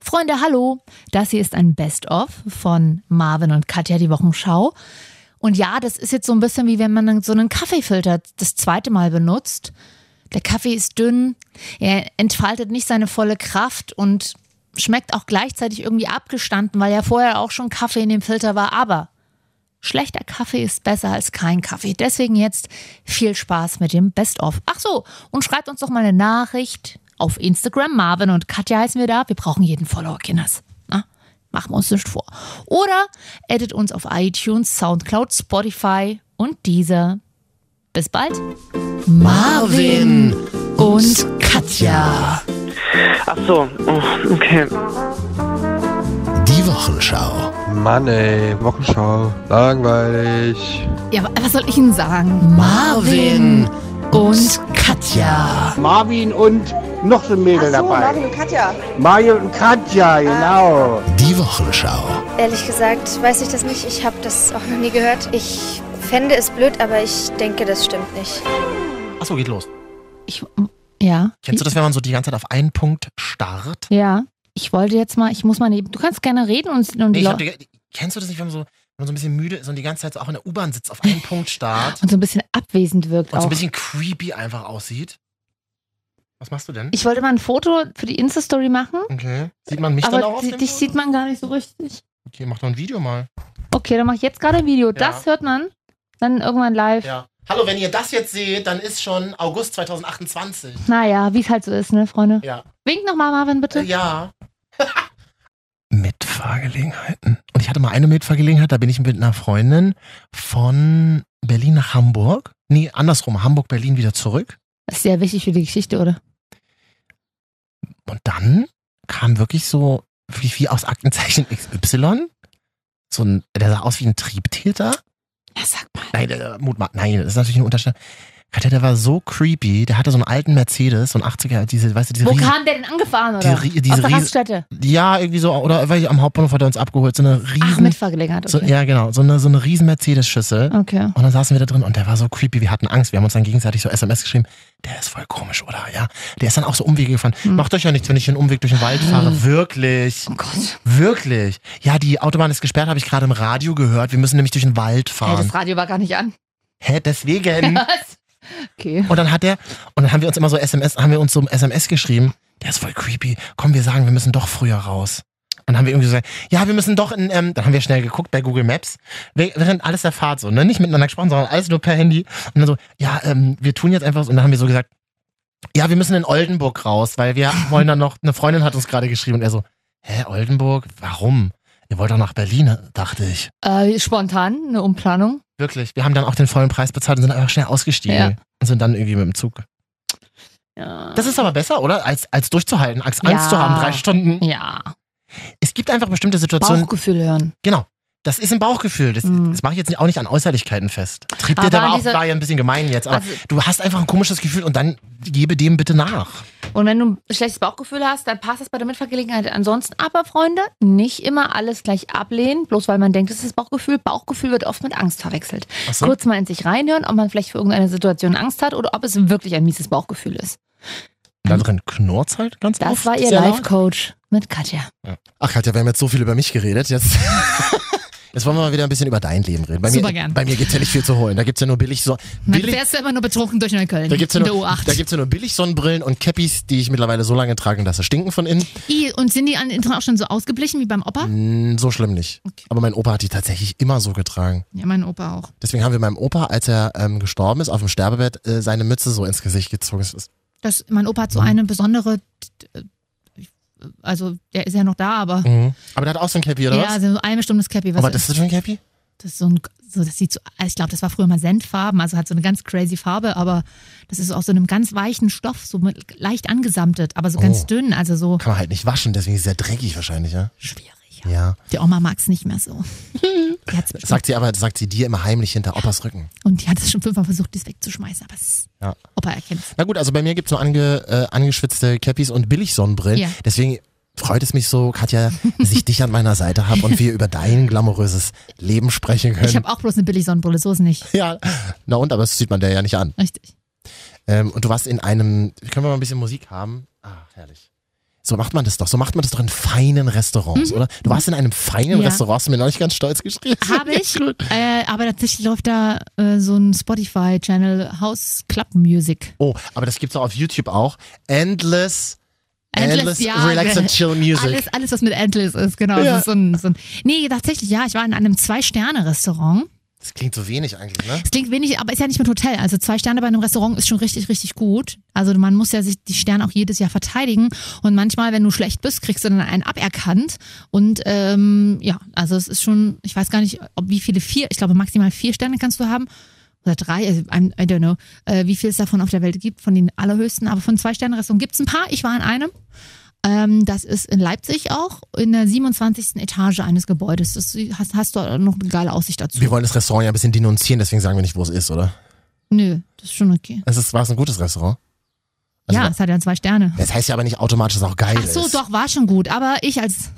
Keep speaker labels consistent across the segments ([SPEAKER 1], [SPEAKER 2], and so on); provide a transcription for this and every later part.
[SPEAKER 1] Freunde, hallo! Das hier ist ein Best-of von Marvin und Katja, die Wochenschau. Und ja, das ist jetzt so ein bisschen wie wenn man so einen Kaffeefilter das zweite Mal benutzt. Der Kaffee ist dünn, er entfaltet nicht seine volle Kraft und schmeckt auch gleichzeitig irgendwie abgestanden, weil ja vorher auch schon Kaffee in dem Filter war. Aber schlechter Kaffee ist besser als kein Kaffee. Deswegen jetzt viel Spaß mit dem Best-of. Ach so, und schreibt uns doch mal eine Nachricht auf Instagram. Marvin und Katja heißen wir da. Wir brauchen jeden Follower, Kinders. Na, machen wir uns nicht vor. Oder edit uns auf iTunes, Soundcloud, Spotify und dieser. Bis bald. Marvin und Katja.
[SPEAKER 2] Ach so, oh, okay.
[SPEAKER 3] Die Wochenschau.
[SPEAKER 4] Mann ey, Wochenschau, langweilig.
[SPEAKER 1] Ja, wa- was soll ich Ihnen sagen? Marvin und Katja.
[SPEAKER 5] Marvin und noch so ein Mädel
[SPEAKER 6] Ach so,
[SPEAKER 5] dabei.
[SPEAKER 6] Marvin und Katja.
[SPEAKER 5] Mario und Katja, genau.
[SPEAKER 3] Die Wochenschau.
[SPEAKER 7] Ehrlich gesagt weiß ich das nicht. Ich habe das auch noch nie gehört. Ich fände es blöd, aber ich denke, das stimmt nicht.
[SPEAKER 8] Achso, geht los.
[SPEAKER 1] Ich, ja.
[SPEAKER 8] Kennst du das, wenn man so die ganze Zeit auf einen Punkt starrt?
[SPEAKER 1] Ja. Ich wollte jetzt mal, ich muss mal neben. Du kannst gerne reden und, und die
[SPEAKER 8] Nee, ich
[SPEAKER 1] Leu-
[SPEAKER 8] hab, die- kennst du das nicht, wenn man, so, wenn man so ein bisschen müde ist und die ganze Zeit so auch in der U-Bahn sitzt, auf einen Punkt starrt
[SPEAKER 1] und so ein bisschen abwesend wirkt
[SPEAKER 8] und so
[SPEAKER 1] auch.
[SPEAKER 8] ein bisschen creepy einfach aussieht? Was machst du denn?
[SPEAKER 1] ich wollte mal ein Foto für die Insta-Story machen,
[SPEAKER 8] Okay. Sieht man mich dann auch
[SPEAKER 1] aber
[SPEAKER 8] auf
[SPEAKER 1] di-
[SPEAKER 8] dem
[SPEAKER 1] dich
[SPEAKER 8] Foto?
[SPEAKER 1] sieht man gar nicht so richtig.
[SPEAKER 8] Okay, mach doch ein Video mal.
[SPEAKER 1] Okay, dann mache ich jetzt gerade ein Video. Das hört man dann irgendwann live.
[SPEAKER 8] Ja. Hallo, wenn ihr das jetzt seht, dann ist schon August 2028.
[SPEAKER 1] Naja, wie es halt so ist, ne, Freunde?
[SPEAKER 8] Ja.
[SPEAKER 1] Wink nochmal, Marvin, bitte.
[SPEAKER 8] Äh, ja. Mitfahrgelegenheiten. Und ich hatte mal eine Mitfahrgelegenheit, da bin ich mit einer Freundin von Berlin nach Hamburg. Nee, andersrum, Hamburg, Berlin wieder zurück.
[SPEAKER 1] Das ist sehr wichtig für die Geschichte, oder?
[SPEAKER 8] Und dann kam wirklich so, wie, wie aus Aktenzeichen XY. So ein, der sah aus wie ein Triebtäter.
[SPEAKER 1] Ja, sag mal.
[SPEAKER 8] Nein, äh, Mutma nein, das ist natürlich eine Unterstellung. Katja, der war so creepy. Der hatte so einen alten Mercedes, so einen 80er, diese, weißt du, diese
[SPEAKER 1] Wo
[SPEAKER 8] riesen-
[SPEAKER 1] kam der denn angefahren,
[SPEAKER 8] die,
[SPEAKER 1] oder?
[SPEAKER 8] rie-
[SPEAKER 1] Aus
[SPEAKER 8] diese
[SPEAKER 1] der
[SPEAKER 8] riesen,
[SPEAKER 1] Raststätte.
[SPEAKER 8] Ja, irgendwie so, oder weiß ich, am Hauptbahnhof hat er uns abgeholt, so eine
[SPEAKER 1] Ach,
[SPEAKER 8] riesen,
[SPEAKER 1] Mitfahrgelegenheit,
[SPEAKER 8] so,
[SPEAKER 1] okay.
[SPEAKER 8] ja genau, so eine, so eine riesen Mercedes-Schüssel.
[SPEAKER 1] Okay.
[SPEAKER 8] Und dann saßen wir da drin und der war so creepy, wir hatten Angst, wir haben uns dann gegenseitig so SMS geschrieben, der ist voll komisch, oder? Ja, der ist dann auch so Umwege gefahren.
[SPEAKER 1] Hm.
[SPEAKER 8] Macht euch ja nichts, wenn ich einen Umweg durch den Wald fahre, wirklich,
[SPEAKER 1] Oh Gott.
[SPEAKER 8] wirklich. Ja, die Autobahn ist gesperrt, habe ich gerade im Radio gehört, wir müssen nämlich durch den Wald
[SPEAKER 1] Hey,
[SPEAKER 8] fahren.
[SPEAKER 1] das Radio war gar nicht an.
[SPEAKER 8] Hä, deswegen.
[SPEAKER 1] Was? Okay.
[SPEAKER 8] Und dann hat er, und dann haben wir uns immer so SMS, haben wir uns so ein SMS geschrieben, der ist voll creepy. Komm, wir sagen, wir müssen doch früher raus. Und dann haben wir irgendwie gesagt, ja, wir müssen doch in, ähm, dann haben wir schnell geguckt bei Google Maps, wär- während alles der Fahrt so, ne? Nicht miteinander gesprochen, sondern alles nur per Handy. Und dann so, ja, ähm, wir tun jetzt einfach so. Und dann haben wir so gesagt, ja, wir müssen in Oldenburg raus, weil wir wollen dann noch, eine Freundin hat uns gerade geschrieben und er so, hä, Oldenburg? Warum? Ihr wollt doch nach Berlin, dachte ich.
[SPEAKER 1] Äh, spontan, eine Umplanung.
[SPEAKER 8] Wirklich. Wir haben dann auch den vollen Preis bezahlt und sind einfach schnell ausgestiegen
[SPEAKER 1] Ja.
[SPEAKER 8] und sind dann irgendwie mit dem Zug
[SPEAKER 1] Ja.
[SPEAKER 8] das ist aber besser, oder? Als, als durchzuhalten, als Angst
[SPEAKER 1] Ja.
[SPEAKER 8] zu haben, drei Stunden.
[SPEAKER 1] ja.
[SPEAKER 8] Es gibt einfach bestimmte Situationen.
[SPEAKER 1] Bauchgefühl hören.
[SPEAKER 8] Genau. Das ist ein Bauchgefühl. Das,
[SPEAKER 1] Mhm.
[SPEAKER 8] das mache ich jetzt nicht- auch nicht an Äußerlichkeiten fest. Trieb dir
[SPEAKER 1] Aber
[SPEAKER 8] da war auch
[SPEAKER 1] diese-
[SPEAKER 8] war ja ein bisschen gemein jetzt,
[SPEAKER 3] Ah.
[SPEAKER 8] aber
[SPEAKER 1] Also-
[SPEAKER 8] du hast einfach ein komisches Gefühl und dann gebe dem bitte nach.
[SPEAKER 1] Und wenn du ein schlechtes Bauchgefühl hast, dann passt das bei der Mitfahrgelegenheit. halt Ansonsten aber, Freunde, nicht immer alles gleich ablehnen, bloß weil man denkt, es ist Bauchgefühl. Bauchgefühl wird oft mit Angst verwechselt.
[SPEAKER 8] Ach so.
[SPEAKER 1] Kurz mal in sich reinhören, ob man vielleicht für irgendeine Situation Angst hat oder ob es wirklich ein mieses Bauchgefühl ist.
[SPEAKER 8] Und da drin knurrt halt ganz
[SPEAKER 1] Das
[SPEAKER 8] oft
[SPEAKER 1] war ihr
[SPEAKER 8] sehr laut.
[SPEAKER 1] Life-Coach mit Katja.
[SPEAKER 3] Ach Katja, wir haben jetzt so viel über mich geredet. Jetzt, jetzt wollen wir mal wieder ein bisschen über dein Leben reden. Bei
[SPEAKER 1] Super
[SPEAKER 3] mir,
[SPEAKER 1] gern.
[SPEAKER 3] Bei mir gibt's ja nicht viel zu holen. Da gibt's ja nur billig so
[SPEAKER 1] Man
[SPEAKER 3] billig,
[SPEAKER 1] fährst ja immer nur betrunken durch Neukölln.
[SPEAKER 3] da gibt's ja
[SPEAKER 1] in der
[SPEAKER 3] nur, da
[SPEAKER 1] U8.
[SPEAKER 3] gibt's ja nur billig Sonnenbrillen und Cappies, die ich mittlerweile so lange trage, dass sie stinken von innen.
[SPEAKER 9] I, und sind die an den auch schon so ausgeblichen wie beim Opa?
[SPEAKER 3] Mm, so schlimm nicht.
[SPEAKER 9] Hm? Okay.
[SPEAKER 3] Aber mein Opa hat die tatsächlich immer so getragen.
[SPEAKER 9] Ja, mein Opa auch.
[SPEAKER 3] Deswegen haben wir meinem Opa, als er ähm, gestorben ist, auf dem Sterbebett äh, seine Mütze so ins Gesicht gezogen. Es ist
[SPEAKER 9] Das, mein Opa hat so eine besondere, äh, also der ist ja noch da, aber
[SPEAKER 3] Mhm. Aber der hat auch so ein Cappy, oder
[SPEAKER 9] ja,
[SPEAKER 3] was?
[SPEAKER 9] also so ein bestimmtes Cappy. Was
[SPEAKER 3] Aber das ist schon ein Cappy?
[SPEAKER 9] das ist so ein, so, das sieht so, ich glaube, das war früher mal Senffarben, also hat so eine ganz crazy Farbe, aber das ist aus so einem ganz weichen Stoff, so mit, leicht angesamtet, aber so ganz
[SPEAKER 3] Oh.
[SPEAKER 9] dünn, also so
[SPEAKER 3] Kann man halt nicht waschen, deswegen ist er dreckig wahrscheinlich, ja?
[SPEAKER 9] schwierig. Ja.
[SPEAKER 3] Ja.
[SPEAKER 9] Die Oma mag es nicht mehr so. Die hat's bestimmt-
[SPEAKER 3] Sagt sie aber, sagt sie dir immer heimlich hinter Opas Rücken.
[SPEAKER 9] und die hat es schon fünfmal versucht, das wegzuschmeißen, aber es,
[SPEAKER 3] Ja.
[SPEAKER 9] Opa erkennt es.
[SPEAKER 3] Na gut, also bei mir gibt's nur ange, äh, angeschwitzte Cappies und Billig-Sonnenbrillen.
[SPEAKER 9] Ja.
[SPEAKER 3] Deswegen freut es mich so, Katja, dass ich dich an meiner Seite habe und wir über dein glamouröses Leben sprechen können.
[SPEAKER 9] Ich habe auch bloß eine Billig-Sonnenbrille, so ist nicht.
[SPEAKER 3] ja, na und, aber das sieht man der ja nicht an.
[SPEAKER 9] Richtig.
[SPEAKER 3] Ähm, und du warst in einem, können wir mal ein bisschen Musik haben? Ah, herrlich.
[SPEAKER 8] So macht man das doch. So macht man das doch in feinen Restaurants, oder? Du warst in einem feinen
[SPEAKER 1] Mhm. Ja.
[SPEAKER 8] Restaurant, hast du mir neulich ganz stolz geschrieben.
[SPEAKER 1] Habe ich. Äh, aber tatsächlich läuft da äh, so ein Spotify-Channel House Club Music.
[SPEAKER 8] Oh, aber das gibt's auch auf YouTube auch. Endless, endless, relax and chill music.
[SPEAKER 1] Alles, alles, was mit Endless ist, genau. Das ist so ein, so ein nee, tatsächlich, ja, ich war in einem Zwei-Sterne-Restaurant.
[SPEAKER 8] Das klingt so wenig eigentlich, ne?
[SPEAKER 1] Es klingt wenig, aber ist ja nicht mit Hotel. Also zwei Sterne bei einem Restaurant ist schon richtig, richtig gut. Also man muss ja sich die Sterne auch jedes Jahr verteidigen. Und manchmal, wenn du schlecht bist, kriegst du dann einen aberkannt. Und ähm, ja, also es ist schon, ich weiß gar nicht, ob wie viele vier, ich glaube maximal vier Sterne kannst du haben. Oder drei, also I'm- I don't know, äh, wie viel es davon auf der Welt gibt, von den allerhöchsten. Aber von zwei Sterne Restaurants gibt es ein paar. Ich war in einem. Ähm, das ist in Leipzig auch, in der 27. Etage eines Gebäudes. Das hast, hast du noch eine geile Aussicht dazu.
[SPEAKER 8] Wir wollen das Restaurant ja ein bisschen denunzieren, deswegen sagen wir nicht, wo es ist, oder?
[SPEAKER 1] Nö, das ist schon okay.
[SPEAKER 8] Es ist, war es ein gutes Restaurant? Also-
[SPEAKER 1] ja, es hat ja zwei Sterne.
[SPEAKER 8] Das heißt ja aber nicht automatisch, dass es auch geil
[SPEAKER 1] Ach so,
[SPEAKER 8] ist.
[SPEAKER 1] doch, war schon gut. Aber ich als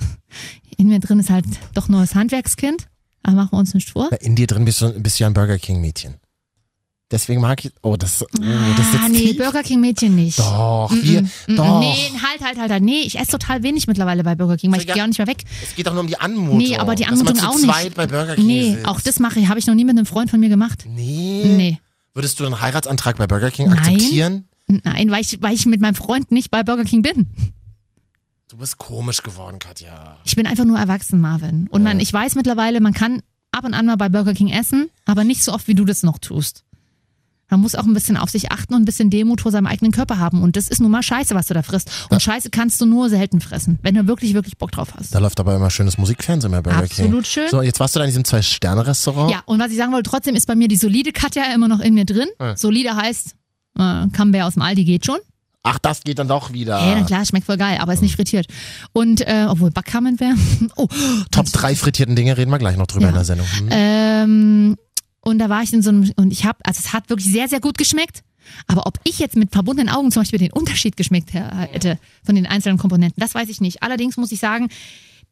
[SPEAKER 1] in mir drin ist halt doch nur das Handwerkskind. Da machen wir uns nicht vor.
[SPEAKER 8] Na, In dir drin bist du, bist du ja ein Burger King-Mädchen. Deswegen mag ich. Oh, das, oh, das sitzt
[SPEAKER 1] ah, nee,
[SPEAKER 8] tief.
[SPEAKER 1] Burger King Mädchen nicht.
[SPEAKER 8] Doch,
[SPEAKER 1] Mm-mm,
[SPEAKER 8] wir,
[SPEAKER 1] mm-mm.
[SPEAKER 8] doch.
[SPEAKER 1] Nee, halt, halt, halt, halt. Nee, ich esse total wenig mittlerweile bei Burger King, weil ich
[SPEAKER 8] Sogar-
[SPEAKER 1] gehe auch nicht mehr weg.
[SPEAKER 8] Es geht doch nur um die Anmutung.
[SPEAKER 1] Nee, aber die
[SPEAKER 8] dass
[SPEAKER 1] Anmutung
[SPEAKER 8] man
[SPEAKER 1] auch
[SPEAKER 8] zu
[SPEAKER 1] nicht.
[SPEAKER 8] zweit bei Burger King
[SPEAKER 1] Nee,
[SPEAKER 8] sitzt.
[SPEAKER 1] auch das mache ich, habe ich noch nie mit einem Freund von mir gemacht.
[SPEAKER 8] Nee.
[SPEAKER 1] Nee.
[SPEAKER 8] Würdest du einen Heiratsantrag bei Burger King
[SPEAKER 1] Nein.
[SPEAKER 8] akzeptieren?
[SPEAKER 1] Nein, weil ich, weil ich mit meinem Freund nicht bei Burger King bin.
[SPEAKER 8] Du bist komisch geworden, Katja.
[SPEAKER 1] Ich bin einfach nur erwachsen, Marvin. Und man, ich weiß mittlerweile, man kann ab und an mal bei Burger King essen, aber nicht so oft, wie du das noch tust. Man muss auch ein bisschen auf sich achten und ein bisschen Demut vor seinem eigenen Körper haben. Und das ist nun mal Scheiße, was du da frisst. Und Scheiße kannst du nur selten fressen, wenn du wirklich, wirklich Bock drauf hast.
[SPEAKER 8] Da läuft aber immer schönes Musikfernsehen bei Burger King.
[SPEAKER 1] Absolut schön.
[SPEAKER 8] So, jetzt warst du da in diesem Zwei-Sterne-Rrestaurant.
[SPEAKER 1] Ja, und was ich sagen wollte, trotzdem ist bei mir die solide Katja immer noch in mir drin.
[SPEAKER 8] Ja.
[SPEAKER 1] Solide heißt, äh, Camembert aus dem Aldi geht schon.
[SPEAKER 8] Ach, das geht dann doch wieder.
[SPEAKER 1] Hey, na klar, schmeckt voll geil, aber ist nicht frittiert. Und äh, obwohl Backcamembert, oh,
[SPEAKER 8] Top drei frittierten Dinge reden wir gleich noch drüber
[SPEAKER 1] Ja.
[SPEAKER 8] in der Sendung. Hm.
[SPEAKER 1] Ähm, und da war ich in so einem, und ich habe, also es hat wirklich sehr, sehr gut geschmeckt. Aber ob ich jetzt mit verbundenen Augen zum Beispiel den Unterschied geschmeckt hä- hätte von den einzelnen Komponenten, das weiß ich nicht. Allerdings muss ich sagen,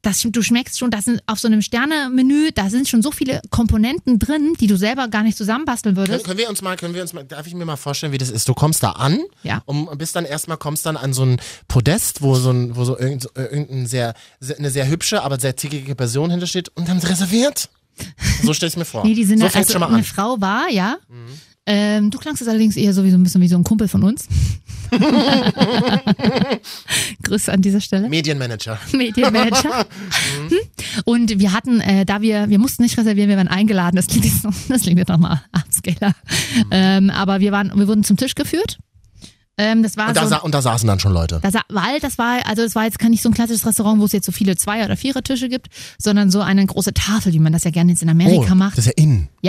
[SPEAKER 1] das, du schmeckst schon, das sind auf so einem Sterne-Menü, da sind schon so viele Komponenten drin, die du selber gar nicht zusammenbasteln
[SPEAKER 8] Können,
[SPEAKER 1] würdest.
[SPEAKER 8] können wir uns mal, können wir uns mal, darf ich mir mal vorstellen, wie das ist? Du kommst da an
[SPEAKER 1] Ja.
[SPEAKER 8] und bist um, dann erstmal, kommst dann an so ein Podest, wo so ein, wo so irgend- so irgendein sehr, sehr, eine sehr hübsche, aber sehr zickige Person hintersteht und dann reserviert. So stell ich mir vor.
[SPEAKER 1] Nee, die sind
[SPEAKER 8] so
[SPEAKER 1] da-
[SPEAKER 8] fängt's
[SPEAKER 1] also
[SPEAKER 8] schon mal
[SPEAKER 1] eine
[SPEAKER 8] an. Mhm.
[SPEAKER 1] Frau war, ja. Ähm, du klangst jetzt allerdings eher so wie so ein bisschen wie so ein Kumpel von uns. Grüße an dieser Stelle.
[SPEAKER 8] Medienmanager.
[SPEAKER 1] Medienmanager.
[SPEAKER 8] Mhm.
[SPEAKER 1] Hm? Und wir hatten, äh, da wir, wir mussten nicht reservieren, wir waren eingeladen. Das klingt jetzt, noch- das klingt jetzt nochmal upscaler.
[SPEAKER 8] Mhm.
[SPEAKER 1] Ähm, aber wir waren, wir wurden zum Tisch geführt. Ähm, das war
[SPEAKER 8] Und,
[SPEAKER 1] so,
[SPEAKER 8] da, sa- und da saßen dann schon Leute.
[SPEAKER 1] das, weil das war, also es war jetzt kein nicht so ein klassisches Restaurant, wo es jetzt so viele Zweier- oder Vierer-Tische gibt, sondern so eine große Tafel, wie man das ja gerne jetzt in Amerika
[SPEAKER 8] oh,
[SPEAKER 1] macht.
[SPEAKER 8] Das ist ja innen.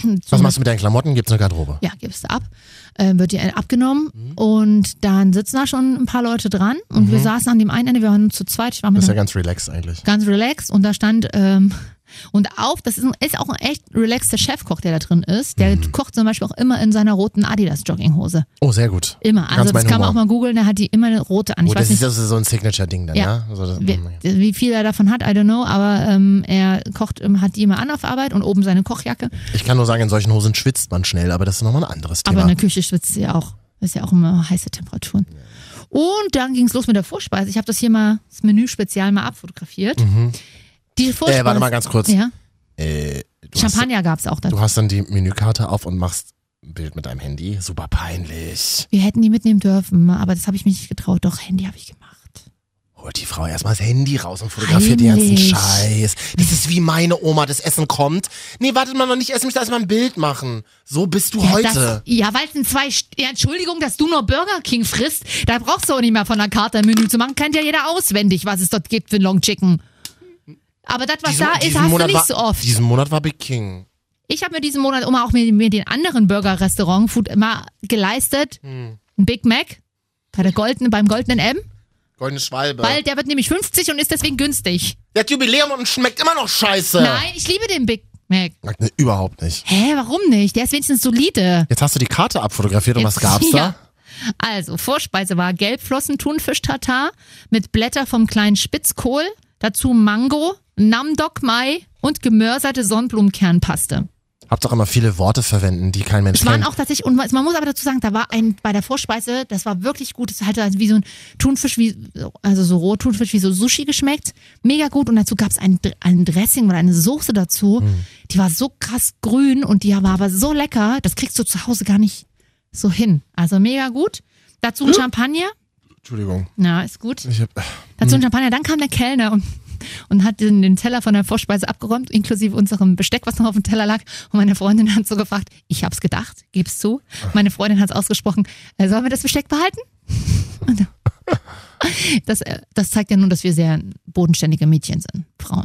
[SPEAKER 1] So
[SPEAKER 8] Was machst du mit deinen Klamotten? Gibt's eine Garderobe?
[SPEAKER 1] ja, gibst du ab, äh, wird dir abgenommen
[SPEAKER 8] Mhm.
[SPEAKER 1] und dann sitzen da schon ein paar Leute dran und wir saßen an dem einen Ende, wir waren zu zweit, ich war mit
[SPEAKER 8] Das ist ja
[SPEAKER 1] einem
[SPEAKER 8] ganz relaxed eigentlich.
[SPEAKER 1] ganz relaxed und da stand ähm, und auf, das ist, ein- ist auch ein echt relaxter Chefkoch, der da drin ist. Der
[SPEAKER 8] Mhm.
[SPEAKER 1] kocht zum Beispiel auch immer in seiner roten Adidas Jogginghose.
[SPEAKER 8] Oh, sehr gut.
[SPEAKER 1] Immer.
[SPEAKER 8] Ganz
[SPEAKER 1] Also das
[SPEAKER 8] mein
[SPEAKER 1] kann man auch
[SPEAKER 8] Humor.
[SPEAKER 1] mal googeln, der hat die immer eine rote an. Ich
[SPEAKER 8] Oh,
[SPEAKER 1] weiß
[SPEAKER 8] das ist
[SPEAKER 1] nicht,
[SPEAKER 8] ja so so ein Signature-Ding dann, ja?
[SPEAKER 1] Ja.
[SPEAKER 8] Also das,
[SPEAKER 1] wie,
[SPEAKER 8] mm, ja.
[SPEAKER 1] wie viel er davon hat, I don't know, aber ähm, er kocht, immer- hat die immer an auf Arbeit und oben seine Kochjacke.
[SPEAKER 8] ich kann nur sagen, in solchen Hosen schwitzt man schnell, aber das ist nochmal ein anderes
[SPEAKER 1] Aber
[SPEAKER 8] Thema.
[SPEAKER 1] in der Küche schwitzt sie auch. Ist ja auch immer heiße Temperaturen. Und dann ging es los mit der Vorspeise. Ich habe das hier mal, das Menü spezial mal abfotografiert. Die Vorspeise.
[SPEAKER 8] Mhm. äh, warte mal ganz kurz.
[SPEAKER 1] ja.
[SPEAKER 8] Äh, du hast-
[SPEAKER 1] Champagner gab es auch dazu.
[SPEAKER 8] Du hast dann die Menükarte auf und machst ein Bild mit deinem Handy. Super peinlich.
[SPEAKER 1] Wir hätten die mitnehmen dürfen, aber das habe ich mich nicht getraut. Doch, Handy habe ich gemacht.
[SPEAKER 8] Holt die Frau erstmal das Handy raus und fotografiert den ganzen
[SPEAKER 1] Peinlich.
[SPEAKER 8] Scheiß. Das ist wie meine Oma, das Essen kommt. Nee, wartet mal noch nicht essen, ich lass mal ein Bild machen. So bist du
[SPEAKER 1] Ja, das,
[SPEAKER 8] heute.
[SPEAKER 1] ja weil es sind zwei. St ja, Entschuldigung, dass du nur Burger King frisst. Da brauchst du auch nicht mehr von der Karte ein Menü zu machen. Kennt ja jeder auswendig, was es dort gibt für ein Long Chicken. Aber das, was da ist, hast du
[SPEAKER 8] war,
[SPEAKER 1] nicht so oft.
[SPEAKER 8] Diesen Monat war Big King.
[SPEAKER 1] Ich habe mir diesen Monat immer auch mir, mir den anderen Burger-Restaurant Food immer geleistet.
[SPEAKER 8] Hm.
[SPEAKER 1] Ein Big Mac bei der goldenen, beim goldenen M,
[SPEAKER 8] Goldene Schwalbe.
[SPEAKER 1] weil der wird nämlich 50 und ist deswegen günstig.
[SPEAKER 8] Der hat Jubiläum und schmeckt immer noch scheiße.
[SPEAKER 1] Nein, ich liebe den Big Mac.
[SPEAKER 8] Sagt, nee, überhaupt nicht.
[SPEAKER 1] Hä, warum nicht? Der ist wenigstens solide.
[SPEAKER 8] Jetzt hast du die Karte abfotografiert und was
[SPEAKER 1] Jetzt-
[SPEAKER 8] gab's
[SPEAKER 1] ja. Also, Vorspeise war Gelbflossen Thunfisch-Tatar mit Blätter vom kleinen Spitzkohl, dazu Mango, Namdok Mai und gemörserte Sonnenblumenkernpaste.
[SPEAKER 8] da? Hauptsache immer viele Worte verwenden, die kein Mensch
[SPEAKER 1] Es waren
[SPEAKER 8] kennt.
[SPEAKER 1] auch tatsächlich, und man muss aber dazu sagen, da war ein, bei der Vorspeise, das war wirklich gut. Es hatte also wie so ein Thunfisch, wie, also so roh Thunfisch wie so Sushi geschmeckt. Mega gut. Und dazu gab es ein, Dr- ein Dressing oder eine Soße dazu. Die war so krass grün und die war aber so lecker. Das kriegst du zu Hause gar nicht so hin. Also mega gut. Dazu ein Champagner.
[SPEAKER 8] Entschuldigung.
[SPEAKER 1] Na, ist gut.
[SPEAKER 8] Ich hab,
[SPEAKER 1] Dazu
[SPEAKER 8] Hm.
[SPEAKER 1] ein Champagner. Dann kam der Kellner und, und hat den, den Teller von der Vorspeise abgeräumt, inklusive unserem Besteck, was noch auf dem Teller lag. Und meine Freundin hat so gefragt, ich hab's gedacht, gib's zu.
[SPEAKER 8] Ah.
[SPEAKER 1] Meine Freundin hat's ausgesprochen, äh, sollen wir das Besteck behalten? Und- äh, Das, äh, das zeigt ja nun, dass wir sehr bodenständige Mädchen sind, Frauen.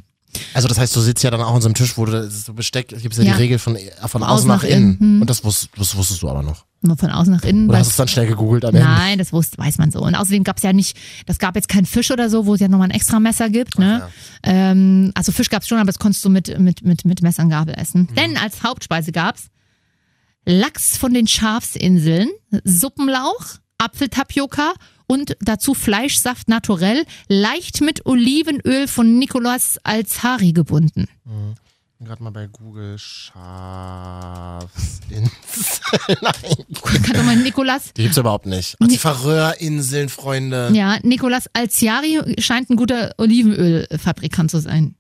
[SPEAKER 8] also das heißt, du sitzt ja dann auch an so einem Tisch, wo du das so Besteck, gibt es ja,
[SPEAKER 1] Ja.
[SPEAKER 8] die Regel von, äh, von außen nach innen.
[SPEAKER 1] Hm.
[SPEAKER 8] Und das, wusst, das wusstest du aber noch.
[SPEAKER 1] Immer von außen nach innen.
[SPEAKER 8] Oder
[SPEAKER 1] weil-
[SPEAKER 8] hast du es dann schnell gegoogelt am Ende?
[SPEAKER 1] Hm, Nein, das wusste, weiß man so. Und außerdem gab es ja nicht, das gab jetzt keinen Fisch oder so, wo es ja nochmal ein extra Messer gibt. Ne? Ähm, also Fisch gab es schon, aber das konntest du mit, mit, mit, mit Messer und Gabel essen.
[SPEAKER 8] Mhm.
[SPEAKER 1] Denn als Hauptspeise gab es Lachs von den Schafsinseln, Suppenlauch, Apfeltapioca und dazu Fleischsaft naturell, leicht mit Olivenöl von Nicolas Alzari gebunden.
[SPEAKER 8] Hm. bin gerade mal bei Google Schafsinsel. Nein.
[SPEAKER 1] Kann doch mal Nicolas
[SPEAKER 8] Die gibt's überhaupt nicht. Ach, die
[SPEAKER 1] Nee.
[SPEAKER 8] Färöerinseln, Freunde.
[SPEAKER 1] Ja, Nicolas Alciari scheint ein guter Olivenölfabrikant zu sein.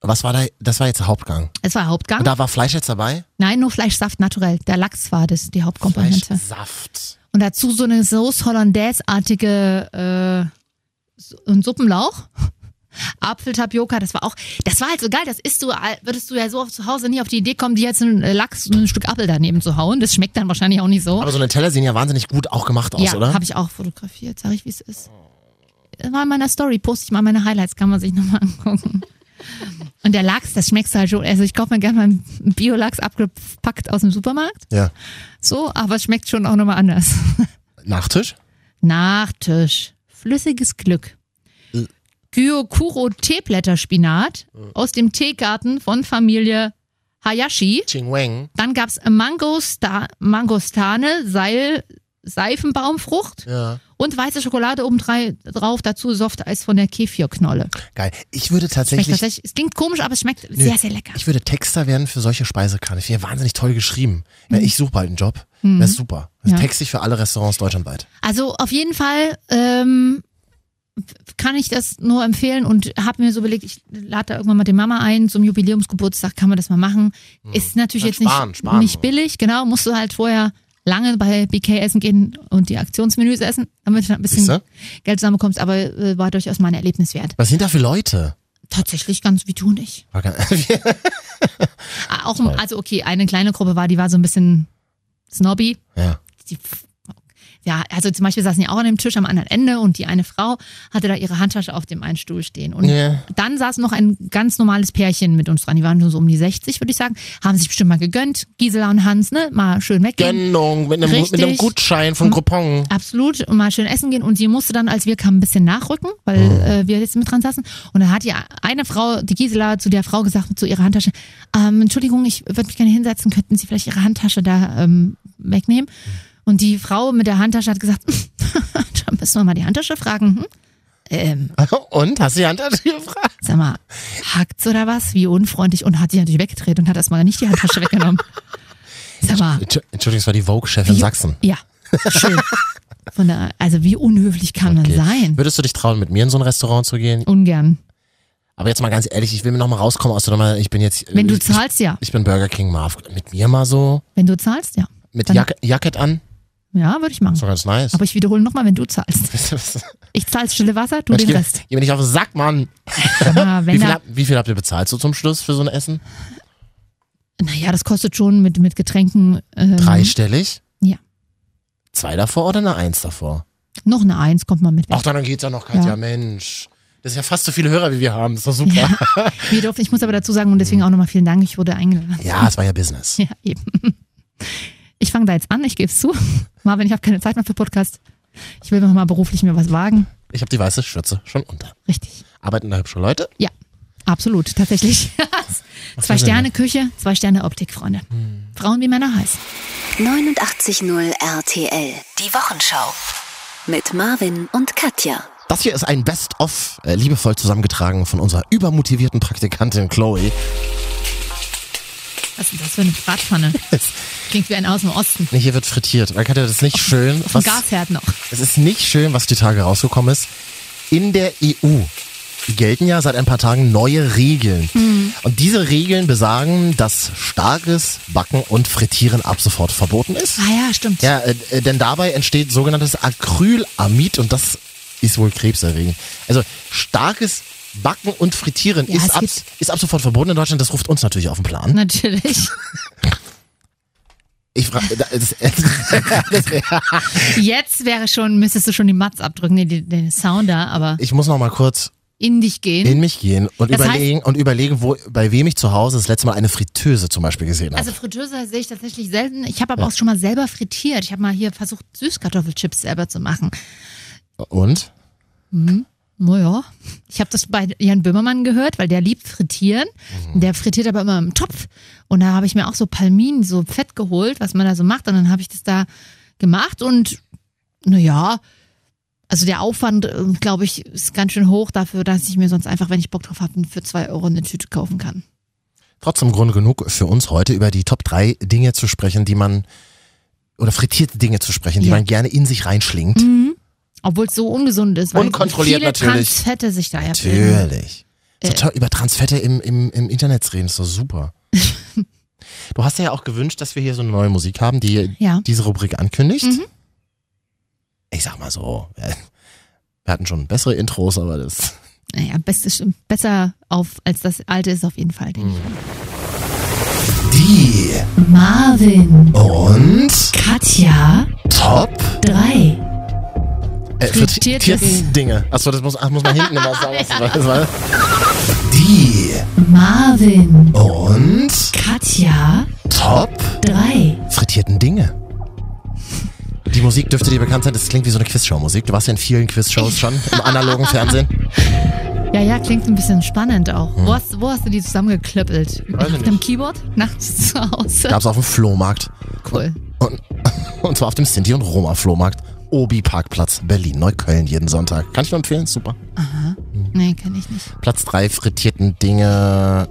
[SPEAKER 8] Was war da? Das war jetzt der Hauptgang.
[SPEAKER 1] Es war Hauptgang.
[SPEAKER 8] Und da war Fleisch jetzt dabei?
[SPEAKER 1] Nein, nur Fleischsaft naturell. Der Lachs war das, die Hauptkomponente.
[SPEAKER 8] Fleischsaft.
[SPEAKER 1] Und dazu so eine Sauce Hollandaise-artige äh, so- und Suppenlauch. Apfeltapioca, das war auch, das war halt so geil, das isst du, all- würdest du ja so zu Hause nie auf die Idee kommen, dir jetzt einen Lachs und ein Stück Apfel daneben zu hauen. Das schmeckt dann wahrscheinlich auch nicht so.
[SPEAKER 8] Aber so eine Teller sehen ja wahnsinnig gut auch gemacht aus,
[SPEAKER 1] Oh. ja,
[SPEAKER 8] oder?
[SPEAKER 1] habe ich auch fotografiert, sag ich, wie es ist. Das War in meiner Story, poste ich mal meine Highlights, kann man sich nochmal angucken. Und der Lachs, das schmeckst du halt schon. Also ich kaufe mir gerne mal einen Biolachs abgepackt aus dem Supermarkt.
[SPEAKER 8] Ja.
[SPEAKER 1] So, aber es schmeckt schon auch nochmal anders.
[SPEAKER 8] Nachtisch?
[SPEAKER 1] Nachtisch. Flüssiges Glück. Gyokuro Teeblätterspinat aus dem Teegarten von Familie Hayashi.
[SPEAKER 8] Ching Wang.
[SPEAKER 1] Dann gab's Mangosta Mangostane, Seil, Seifenbaumfrucht
[SPEAKER 8] Ja.
[SPEAKER 1] und weiße Schokolade obendrei- drauf. Dazu Softeis von der Kefirknolle.
[SPEAKER 8] Geil. Ich würde
[SPEAKER 1] Schmeckt
[SPEAKER 8] tatsächlich.
[SPEAKER 1] tatsächlich, es klingt komisch, aber es schmeckt sehr, sehr lecker.
[SPEAKER 8] Ich würde Texter werden für solche Speisekarten. Ich wäre wahnsinnig toll geschrieben. Ja, Ich suche bald einen Job.
[SPEAKER 1] Mhm.
[SPEAKER 8] Wäre super. Also
[SPEAKER 1] Ja.
[SPEAKER 8] Text ich für alle Restaurants deutschlandweit.
[SPEAKER 1] Also auf jeden Fall ähm, kann ich das nur empfehlen und habe mir so überlegt, ich lade da irgendwann mal die Mama ein, zum Jubiläumsgeburtstag kann man das mal machen. Ist natürlich
[SPEAKER 8] Mhm. Ja,
[SPEAKER 1] jetzt
[SPEAKER 8] sparen,
[SPEAKER 1] nicht,
[SPEAKER 8] sparen.
[SPEAKER 1] nicht billig, genau, musst du halt vorher lange bei BK essen gehen und die Aktionsmenüs essen, damit du ein bisschen
[SPEAKER 8] Siehste?
[SPEAKER 1] Geld zusammenbekommst, aber äh, war durchaus mal ein Erlebnis wert.
[SPEAKER 8] Was sind da für Leute?
[SPEAKER 1] Tatsächlich ganz wie du nicht.
[SPEAKER 8] War geil.
[SPEAKER 1] Ah, Auch, also okay, eine kleine Gruppe war, die war so ein bisschen snobby,
[SPEAKER 8] ja.
[SPEAKER 1] die, ja, also zum Beispiel saßen ja auch an dem Tisch am anderen Ende und die eine Frau hatte da ihre Handtasche auf dem einen Stuhl stehen. Und
[SPEAKER 8] Ja.
[SPEAKER 1] dann saß noch ein ganz normales Pärchen mit uns dran. Die waren schon so um die 60, würde ich sagen. Haben sich bestimmt mal gegönnt. Gisela und Hans, ne? Mal schön weggehen.
[SPEAKER 8] Gönnung mit einem, mit
[SPEAKER 1] Richtig.
[SPEAKER 8] einem
[SPEAKER 1] Mhm.
[SPEAKER 8] Gutschein von Groupon.
[SPEAKER 1] Absolut, und mal schön essen gehen. Und sie musste dann, als wir kamen, ein bisschen nachrücken, weil äh, wir jetzt mit dran saßen. Und dann hat die eine Frau, die Gisela, zu der Frau gesagt, zu ihrer Handtasche, ähm, Entschuldigung, ich würde mich gerne hinsetzen, könnten Sie vielleicht Ihre Handtasche da ähm, wegnehmen? Und die Frau mit der Handtasche hat gesagt, da müssen wir mal die Handtasche fragen. Hm? Ähm,
[SPEAKER 8] Und? Hast du die Hand gefragt?
[SPEAKER 1] sag mal, hackt's oder was? Wie unfreundlich. Und hat sie natürlich weggedreht und hat erstmal nicht die Handtasche weggenommen. Sag mal,
[SPEAKER 8] Entschu- Entschuldigung, es war die Vogue-Chefin
[SPEAKER 1] Wie-
[SPEAKER 8] Sachsen.
[SPEAKER 1] ja, schön. Von der, also wie unhöflich kann
[SPEAKER 8] Okay.
[SPEAKER 1] man sein?
[SPEAKER 8] Würdest du dich trauen, mit mir in so ein Restaurant zu gehen?
[SPEAKER 1] Ungern.
[SPEAKER 8] Aber jetzt mal ganz ehrlich, ich will mir nochmal rauskommen aus der Nummer. Ich bin jetzt.
[SPEAKER 1] Wenn du
[SPEAKER 8] ich,
[SPEAKER 1] zahlst, ja.
[SPEAKER 8] Ich bin Burger King Marv. Mit mir mal so.
[SPEAKER 1] Wenn du zahlst, ja.
[SPEAKER 8] Mit
[SPEAKER 1] Dann-
[SPEAKER 8] Jack Jacket an.
[SPEAKER 1] Ja, würde ich
[SPEAKER 8] Ist
[SPEAKER 1] machen.
[SPEAKER 8] doch ganz nice.
[SPEAKER 1] Aber ich wiederhole nochmal, wenn du zahlst.
[SPEAKER 8] du
[SPEAKER 1] Ich zahle stille Wasser, du den Rest.
[SPEAKER 8] Geh mir nicht auf den Sack, Mann.
[SPEAKER 1] Aber
[SPEAKER 8] Wie
[SPEAKER 1] wenn
[SPEAKER 8] viel,
[SPEAKER 1] da,
[SPEAKER 8] hab, wie viel habt ihr bezahlt so zum Schluss für so ein Essen?
[SPEAKER 1] naja, das kostet schon mit, mit Getränken ähm,
[SPEAKER 8] Dreistellig?
[SPEAKER 1] Ja.
[SPEAKER 8] Zwei davor oder eine Eins davor?
[SPEAKER 1] noch eine Eins, kommt mal mit.
[SPEAKER 8] Ach, dann geht's ja noch, Katja.
[SPEAKER 1] Ja.
[SPEAKER 8] Mensch. Das ist ja fast so viele Hörer, wie wir haben. Das ist doch super.
[SPEAKER 1] Ja. Wir durften, ich muss aber dazu sagen und deswegen auch nochmal vielen Dank, ich wurde eingeladen.
[SPEAKER 8] Ja, es war ja Business.
[SPEAKER 1] Ja, eben. Ich fange da jetzt an, ich gebe es zu. Marvin, ich habe keine Zeit mehr für Podcast. Ich will nochmal beruflich mir was wagen.
[SPEAKER 8] Ich habe die weiße Schürze schon unter.
[SPEAKER 1] Richtig.
[SPEAKER 8] Arbeiten da hübsche Leute?
[SPEAKER 1] Ja, absolut, tatsächlich. zwei Sterne Küche, zwei Sterne Optik, Freunde.
[SPEAKER 8] Hm.
[SPEAKER 1] Frauen wie Männer heiß.
[SPEAKER 10] 89.0 RTL. Die Wochenschau. Mit Marvin und Katja.
[SPEAKER 8] Das hier ist ein Best-of, äh, liebevoll zusammengetragen von unserer übermotivierten Praktikantin Chloe.
[SPEAKER 1] Was ist das für eine Bratpfanne? Klingt wie ein aus dem Osten.
[SPEAKER 8] Nee, hier wird frittiert. Weil Katja, das ist nicht schön.
[SPEAKER 1] Auf dem
[SPEAKER 8] Was,
[SPEAKER 1] Gasherd noch.
[SPEAKER 8] es ist nicht schön, was die Tage rausgekommen ist. In der EU gelten ja seit ein paar Tagen neue Regeln.
[SPEAKER 1] Mhm.
[SPEAKER 8] Und diese Regeln besagen, dass starkes Backen und Frittieren ab sofort verboten ist.
[SPEAKER 1] Ah ja, stimmt.
[SPEAKER 8] Ja, äh, äh, denn dabei entsteht sogenanntes Acrylamid und das ist wohl krebserregend. Also starkes Backen und Frittieren
[SPEAKER 1] Ja, es
[SPEAKER 8] ist, ab,
[SPEAKER 1] gibt-
[SPEAKER 8] ist ab sofort verboten in Deutschland. Das ruft uns natürlich auf den Plan.
[SPEAKER 1] Natürlich.
[SPEAKER 8] Ich frage, das, das,
[SPEAKER 1] Jetzt wäre schon, müsstest du schon die Mats abdrücken, nee, die- den Sounder, aber
[SPEAKER 8] ich muss noch mal kurz
[SPEAKER 1] in dich gehen.
[SPEAKER 8] in mich gehen und
[SPEAKER 1] Das heißt-
[SPEAKER 8] überlegen und überlegen, wo, bei wem ich zu Hause das letzte Mal eine Fritteuse zum Beispiel gesehen habe.
[SPEAKER 1] also Fritteuse sehe ich tatsächlich selten. Ich habe aber auch schon mal selber frittiert. Ich habe mal hier versucht, Süßkartoffelchips selber zu machen. Also
[SPEAKER 8] und
[SPEAKER 1] Naja, ich habe das bei Jan Böhmermann gehört, weil der liebt frittieren.
[SPEAKER 8] Mhm.
[SPEAKER 1] Der frittiert aber immer im Topf. Und da habe ich mir auch so Palmin, so Fett geholt, was man da so macht. Und dann habe ich das da gemacht. Und naja, also der Aufwand, glaube ich, ist ganz schön hoch dafür, dass ich mir sonst einfach, wenn ich Bock drauf habe, für zwei Euro eine Tüte kaufen kann.
[SPEAKER 8] trotzdem Grund genug für uns heute über die Top 3 Dinge zu sprechen, die man oder frittierte Dinge zu sprechen, die
[SPEAKER 1] Ja. Mhm.
[SPEAKER 8] man gerne in sich reinschlingt.
[SPEAKER 1] Obwohl es so ungesund ist.
[SPEAKER 8] Unkontrolliert
[SPEAKER 1] weil viele
[SPEAKER 8] natürlich.
[SPEAKER 1] Transfette sich da ja bilden.
[SPEAKER 8] Natürlich. So toll, über Transfette im, im, im Internet zu reden, ist so super. du hast ja auch gewünscht, dass wir hier so eine neue Musik haben, die
[SPEAKER 1] Ja. Mhm.
[SPEAKER 8] diese Rubrik ankündigt. Ich sag mal so, wir wir hatten schon bessere Intros, aber das.
[SPEAKER 1] Naja, best ist besser auf, als das alte ist auf jeden Fall,
[SPEAKER 8] Mhm.
[SPEAKER 1] denke
[SPEAKER 8] Die
[SPEAKER 1] ich. Marvin,
[SPEAKER 8] und
[SPEAKER 1] Katja,
[SPEAKER 8] Top
[SPEAKER 1] 3.
[SPEAKER 8] äh,
[SPEAKER 1] Frittiertes.
[SPEAKER 8] frittierten Dinge. Achso, das muss, ach, muss man hinten immer sagen. Das war, das war, die
[SPEAKER 1] Marvin,
[SPEAKER 8] und
[SPEAKER 1] Katja,
[SPEAKER 8] Top
[SPEAKER 1] 3.
[SPEAKER 8] frittierten Dinge. Die Musik dürfte dir bekannt sein, das klingt wie so eine Quizshow-Musik. Du warst ja in vielen Quizshows schon, im analogen Fernsehen.
[SPEAKER 1] Ja, ja, klingt ein bisschen spannend auch. Wo, hast, wo hast du die zusammengeklöppelt?
[SPEAKER 8] Weiß Hm. ich
[SPEAKER 1] auf dem Keyboard? Nachts zu Hause?
[SPEAKER 8] Gab's auf dem Flohmarkt.
[SPEAKER 1] Cool.
[SPEAKER 8] Und, und zwar auf dem Sinti- und Roma-Flohmarkt. Obi-Parkplatz, Berlin-Neukölln, jeden Sonntag. Kann ich nur empfehlen, super.
[SPEAKER 1] Nee, kann ich nicht.
[SPEAKER 8] Platz drei frittierten Dinge,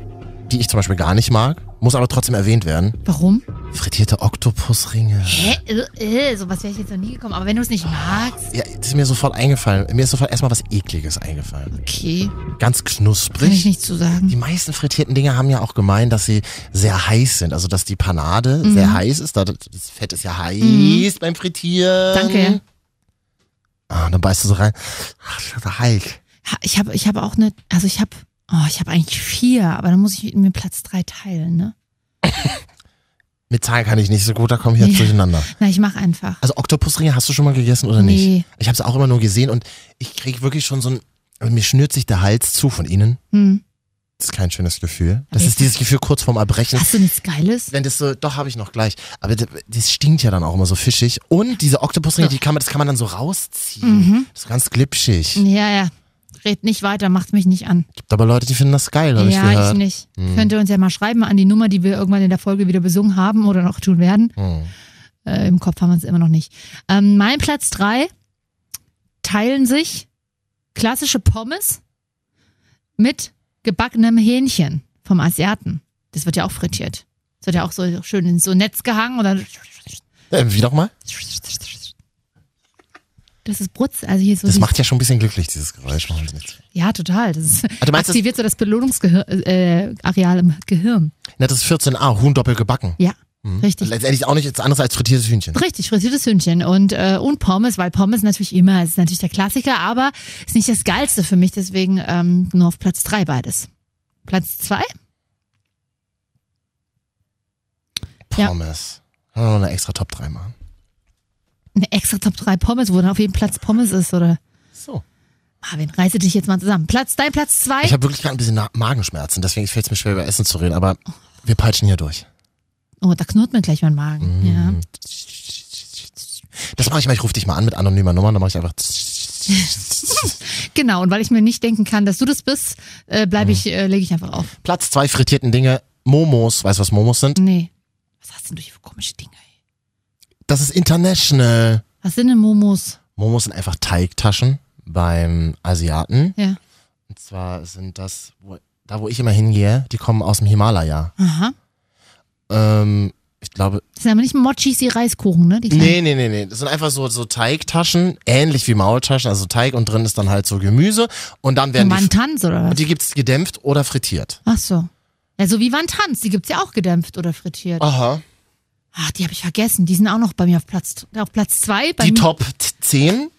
[SPEAKER 8] die ich zum Beispiel gar nicht mag, muss aber trotzdem erwähnt werden.
[SPEAKER 1] Warum?
[SPEAKER 8] Frittierte Oktopusringe.
[SPEAKER 1] Hä? Äh, äh, so was wäre ich jetzt noch nie gekommen. Aber wenn du es nicht magst,
[SPEAKER 8] Ja, das ist mir sofort eingefallen. Mir ist sofort erstmal was Ekliges eingefallen.
[SPEAKER 1] okay.
[SPEAKER 8] Ganz
[SPEAKER 1] Kann ich
[SPEAKER 8] knusprig.
[SPEAKER 1] nicht zu sagen.
[SPEAKER 8] Die meisten frittierten Dinge haben ja auch gemein, dass sie sehr heiß sind. Also, dass die Panade
[SPEAKER 1] Mhm.
[SPEAKER 8] sehr heiß ist. Da- Das Fett ist ja heiß beim Frittieren.
[SPEAKER 1] Danke.
[SPEAKER 8] Ah, dann beißt du so rein. Ach, das ist heiß.
[SPEAKER 1] Ha, Ich habe ich hab auch eine, also ich habe, oh, ich habe eigentlich vier, aber dann muss ich mir Platz drei teilen, ne?
[SPEAKER 8] Mit Zahlen kann ich nicht so gut, da komme ich jetzt
[SPEAKER 1] Ja.
[SPEAKER 8] durcheinander.
[SPEAKER 1] Na, ich mache einfach.
[SPEAKER 8] Also Oktopusringe hast du schon mal gegessen oder nicht?
[SPEAKER 1] Nee.
[SPEAKER 8] Ich habe es auch immer nur gesehen und ich krieg wirklich schon so ein, also mir schnürt sich der Hals zu von ihnen.
[SPEAKER 1] Hm.
[SPEAKER 8] Das ist kein schönes Gefühl. Das
[SPEAKER 1] Aber
[SPEAKER 8] ist dieses Gefühl kurz vorm Erbrechen.
[SPEAKER 1] Hast du nichts Geiles?
[SPEAKER 8] Wenn das so, doch habe ich noch gleich. Aber das, das stinkt ja dann auch immer so fischig. Und diese Oktopusringe, die kann man, das kann man dann so rausziehen.
[SPEAKER 1] Mhm.
[SPEAKER 8] Das ist ganz glitschig.
[SPEAKER 1] Ja, ja. Red nicht weiter, macht mich nicht an.
[SPEAKER 8] Gibt aber Leute, die finden das geil, habe ich
[SPEAKER 1] ja,
[SPEAKER 8] gehört. Hm.
[SPEAKER 1] ich nicht. Könnt ihr uns ja mal schreiben an die Nummer, die wir irgendwann in der Folge wieder besungen haben oder noch tun werden.
[SPEAKER 8] Hm.
[SPEAKER 1] Äh, Im Kopf haben wir es immer noch nicht. Ähm, mein Platz drei teilen sich klassische Pommes mit gebackenem Hähnchen vom Asiaten. Das wird ja auch frittiert. Das wird ja auch so schön in so ein Netz gehangen oder.
[SPEAKER 8] Äh, wie nochmal?
[SPEAKER 1] Das ist Brutz, also hier so.
[SPEAKER 8] Das
[SPEAKER 1] die-
[SPEAKER 8] macht ja schon ein bisschen glücklich, dieses Geräusch. Machen wir nicht.
[SPEAKER 1] ja, total. Das ist
[SPEAKER 8] Ah, du meinst, das,
[SPEAKER 1] aktiviert so das Belohnungsareal äh, Areal im Gehirn.
[SPEAKER 8] na, das ist 14a, Huhn doppelt gebacken.
[SPEAKER 1] Ja,
[SPEAKER 8] Mhm.
[SPEAKER 1] richtig.
[SPEAKER 8] Letztendlich auch nichts anderes als frittiertes Hühnchen.
[SPEAKER 1] Richtig, frittiertes Hühnchen und, äh, und Pommes, weil Pommes natürlich immer, ist natürlich der Klassiker, aber ist nicht das Geilste für mich, deswegen ähm, nur auf Platz drei beides. Platz zwei Ja.
[SPEAKER 8] Pommes. Können wir noch eine extra Top 3 machen.
[SPEAKER 1] Eine extra Top drei Pommes, wo dann auf jedem Platz Pommes ist, oder?
[SPEAKER 8] So.
[SPEAKER 1] Marvin, reiße dich jetzt mal zusammen. Platz, dein Platz zwei
[SPEAKER 8] Ich habe wirklich gerade ein bisschen Na- Magenschmerzen, deswegen fällt es mir schwer, über Essen zu reden, aber wir peitschen hier durch.
[SPEAKER 1] Oh, da knurrt mir gleich mein Magen.
[SPEAKER 8] Mm.
[SPEAKER 1] Ja.
[SPEAKER 8] Das mache ich mal, ich rufe dich mal an mit anonymer Nummer, dann mache ich einfach.
[SPEAKER 1] Genau, und weil ich mir nicht denken kann, dass du das bist, äh,
[SPEAKER 8] Mm.
[SPEAKER 1] bleibe ich, äh, lege ich einfach auf.
[SPEAKER 8] Platz zwei frittierten Dinge. Momos, weißt du, was Momos sind?
[SPEAKER 1] Nee. Was hast denn du hier für komische Dinge? Ey?
[SPEAKER 8] Das ist international.
[SPEAKER 1] Was sind denn Momos?
[SPEAKER 8] Momos sind einfach Teigtaschen beim Asiaten.
[SPEAKER 1] Ja.
[SPEAKER 8] Und zwar sind das, wo, da wo ich immer hingehe, die kommen aus dem Himalaya.
[SPEAKER 1] Aha.
[SPEAKER 8] ähm, ich glaube,
[SPEAKER 1] Das sind aber nicht Mochis, die Reiskuchen, ne? Die kleinen.
[SPEAKER 8] Nee, nee, nee, nee. Das sind einfach so, so Teigtaschen, ähnlich wie Maultaschen, also Teig und drin ist dann halt so Gemüse und dann werden die,
[SPEAKER 1] Wantans oder was?
[SPEAKER 8] die gibt's gedämpft oder frittiert.
[SPEAKER 1] Ach so. Ja, so wie Wantans, die gibt's ja auch gedämpft oder frittiert.
[SPEAKER 8] Aha.
[SPEAKER 1] Ach, die habe ich vergessen. Die sind auch noch bei mir auf Platz auf Platz zwei. Bei
[SPEAKER 8] Die
[SPEAKER 1] mir-
[SPEAKER 8] Top 10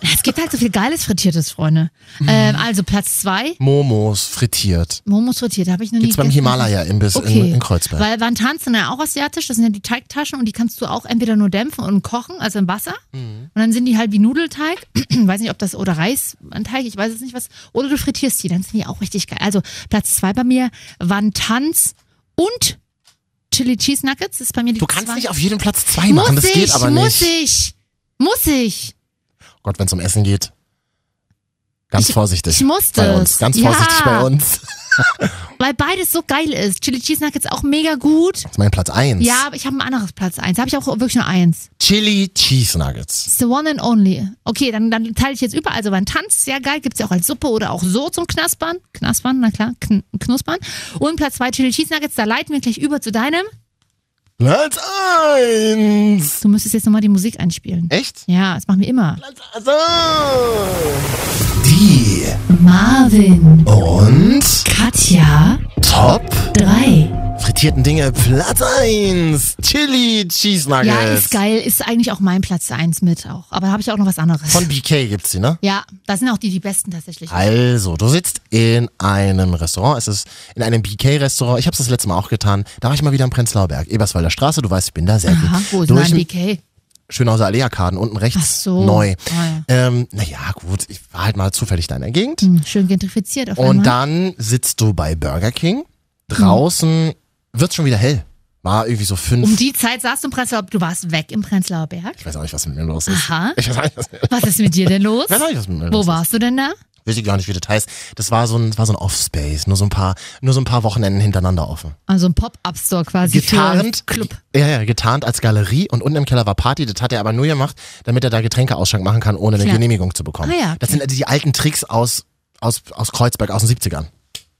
[SPEAKER 1] Es gibt halt so viel geiles frittiertes, Freunde.
[SPEAKER 8] Mhm.
[SPEAKER 1] Ähm, also Platz zwei,
[SPEAKER 8] Momos frittiert.
[SPEAKER 1] Momos frittiert, habe ich noch
[SPEAKER 8] Gibt's
[SPEAKER 1] nie.
[SPEAKER 8] beim
[SPEAKER 1] gegessen.
[SPEAKER 8] Himalaya-Imbiss
[SPEAKER 1] Okay.
[SPEAKER 8] in, in Kreuzberg.
[SPEAKER 1] Weil Wantans sind ja auch asiatisch, das sind ja die Teigtaschen und die kannst du auch entweder nur dämpfen und kochen, also im Wasser.
[SPEAKER 8] Hm.
[SPEAKER 1] Und dann sind die halt wie Nudelteig, weiß nicht, ob das, oder Reisteig, ich weiß es nicht was. Oder du frittierst die, dann sind die auch richtig geil. Also Platz zwei bei mir, Wantans und Chili Cheese Nuggets ist bei mir die
[SPEAKER 8] du kannst
[SPEAKER 1] zwei.
[SPEAKER 8] nicht auf jedem Platz zwei machen,
[SPEAKER 1] muss
[SPEAKER 8] das
[SPEAKER 1] ich,
[SPEAKER 8] geht aber
[SPEAKER 1] muss
[SPEAKER 8] nicht.
[SPEAKER 1] ich, muss ich.
[SPEAKER 8] Gott, wenn's um Essen geht. Ganz
[SPEAKER 1] Ich-
[SPEAKER 8] vorsichtig.
[SPEAKER 1] ich muss
[SPEAKER 8] bei
[SPEAKER 1] das.
[SPEAKER 8] uns. Ganz
[SPEAKER 1] Ja.
[SPEAKER 8] vorsichtig bei uns.
[SPEAKER 1] Weil beides so geil ist. Chili Cheese Nuggets auch mega gut.
[SPEAKER 8] Das ist mein Platz eins.
[SPEAKER 1] Ja, aber ich habe ein anderes Platz eins. Da habe ich auch wirklich nur eins.
[SPEAKER 8] Chili Cheese Nuggets.
[SPEAKER 1] It's the one and only. Okay, dann, dann teile ich jetzt überall. Also beim Tanz, sehr geil, gibt's ja auch als Suppe oder auch so zum Knaspern. Knaspern, na klar, kn knuspern. Und Platz zwei Chili Cheese Nuggets, da leiten wir gleich über zu deinem.
[SPEAKER 8] Platz eins.
[SPEAKER 1] Du müsstest jetzt nochmal die Musik einspielen.
[SPEAKER 8] Echt?
[SPEAKER 1] Ja, das machen wir immer.
[SPEAKER 8] Also. Die
[SPEAKER 1] Marvin,
[SPEAKER 8] und
[SPEAKER 1] Katja,
[SPEAKER 8] Top
[SPEAKER 1] drei.
[SPEAKER 8] frittierten Dinge Platz 1. Chili Cheese Nuggets.
[SPEAKER 1] Ja, ist geil, ist eigentlich auch mein Platz eins mit auch. Aber da habe ich auch noch was anderes.
[SPEAKER 8] Von BK gibt's die, ne?
[SPEAKER 1] ja, da sind auch die, die besten tatsächlich.
[SPEAKER 8] Also, du sitzt in einem Restaurant, es ist in einem BK-Restaurant. Ich habe es das letzte Mal auch getan. Da war ich mal wieder in Prenzlauer Berg, Eberswalder Straße, du weißt, ich bin da selten.
[SPEAKER 1] Aha, wo ist
[SPEAKER 8] Durch
[SPEAKER 1] mein BK?
[SPEAKER 8] Schönhauser Alea-Karten, unten rechts,
[SPEAKER 1] Ach so.
[SPEAKER 8] neu.
[SPEAKER 1] Ah, ja.
[SPEAKER 8] Ähm, naja, gut, ich war halt mal zufällig da in der Gegend.
[SPEAKER 1] Hm, Schön gentrifiziert auf
[SPEAKER 8] Und
[SPEAKER 1] einmal.
[SPEAKER 8] dann sitzt du bei Burger King. Draußen wird's schon wieder hell. War irgendwie so fünf.
[SPEAKER 1] Mhm. um die Zeit saß du im Prenzlauer, du warst weg im Prenzlauer Berg.
[SPEAKER 8] ich weiß auch nicht, was mit mir los ist.
[SPEAKER 1] Aha.
[SPEAKER 8] Ich weiß auch nicht, was, ich
[SPEAKER 1] Was ist mit dir denn los?
[SPEAKER 8] weiß auch nicht, was mit mir los
[SPEAKER 1] Wo
[SPEAKER 8] ist.
[SPEAKER 1] warst du denn da?
[SPEAKER 8] Weiß ich gar nicht, wie das heißt. Das war so ein, war so ein Off-Space. Nur so ein paar, nur so ein paar Wochenenden hintereinander offen.
[SPEAKER 1] Also ein Pop-Up-Store quasi. für
[SPEAKER 8] Getarnt.
[SPEAKER 1] Club.
[SPEAKER 8] Ja, ja, getarnt als Galerie und unten im Keller war Party. Das hat er aber nur gemacht, damit er da Getränkeausschank machen kann, ohne eine
[SPEAKER 1] Klar.
[SPEAKER 8] Genehmigung zu bekommen.
[SPEAKER 1] Ah ja, okay.
[SPEAKER 8] Das sind also die alten Tricks aus, aus, aus Kreuzberg aus den 70ern.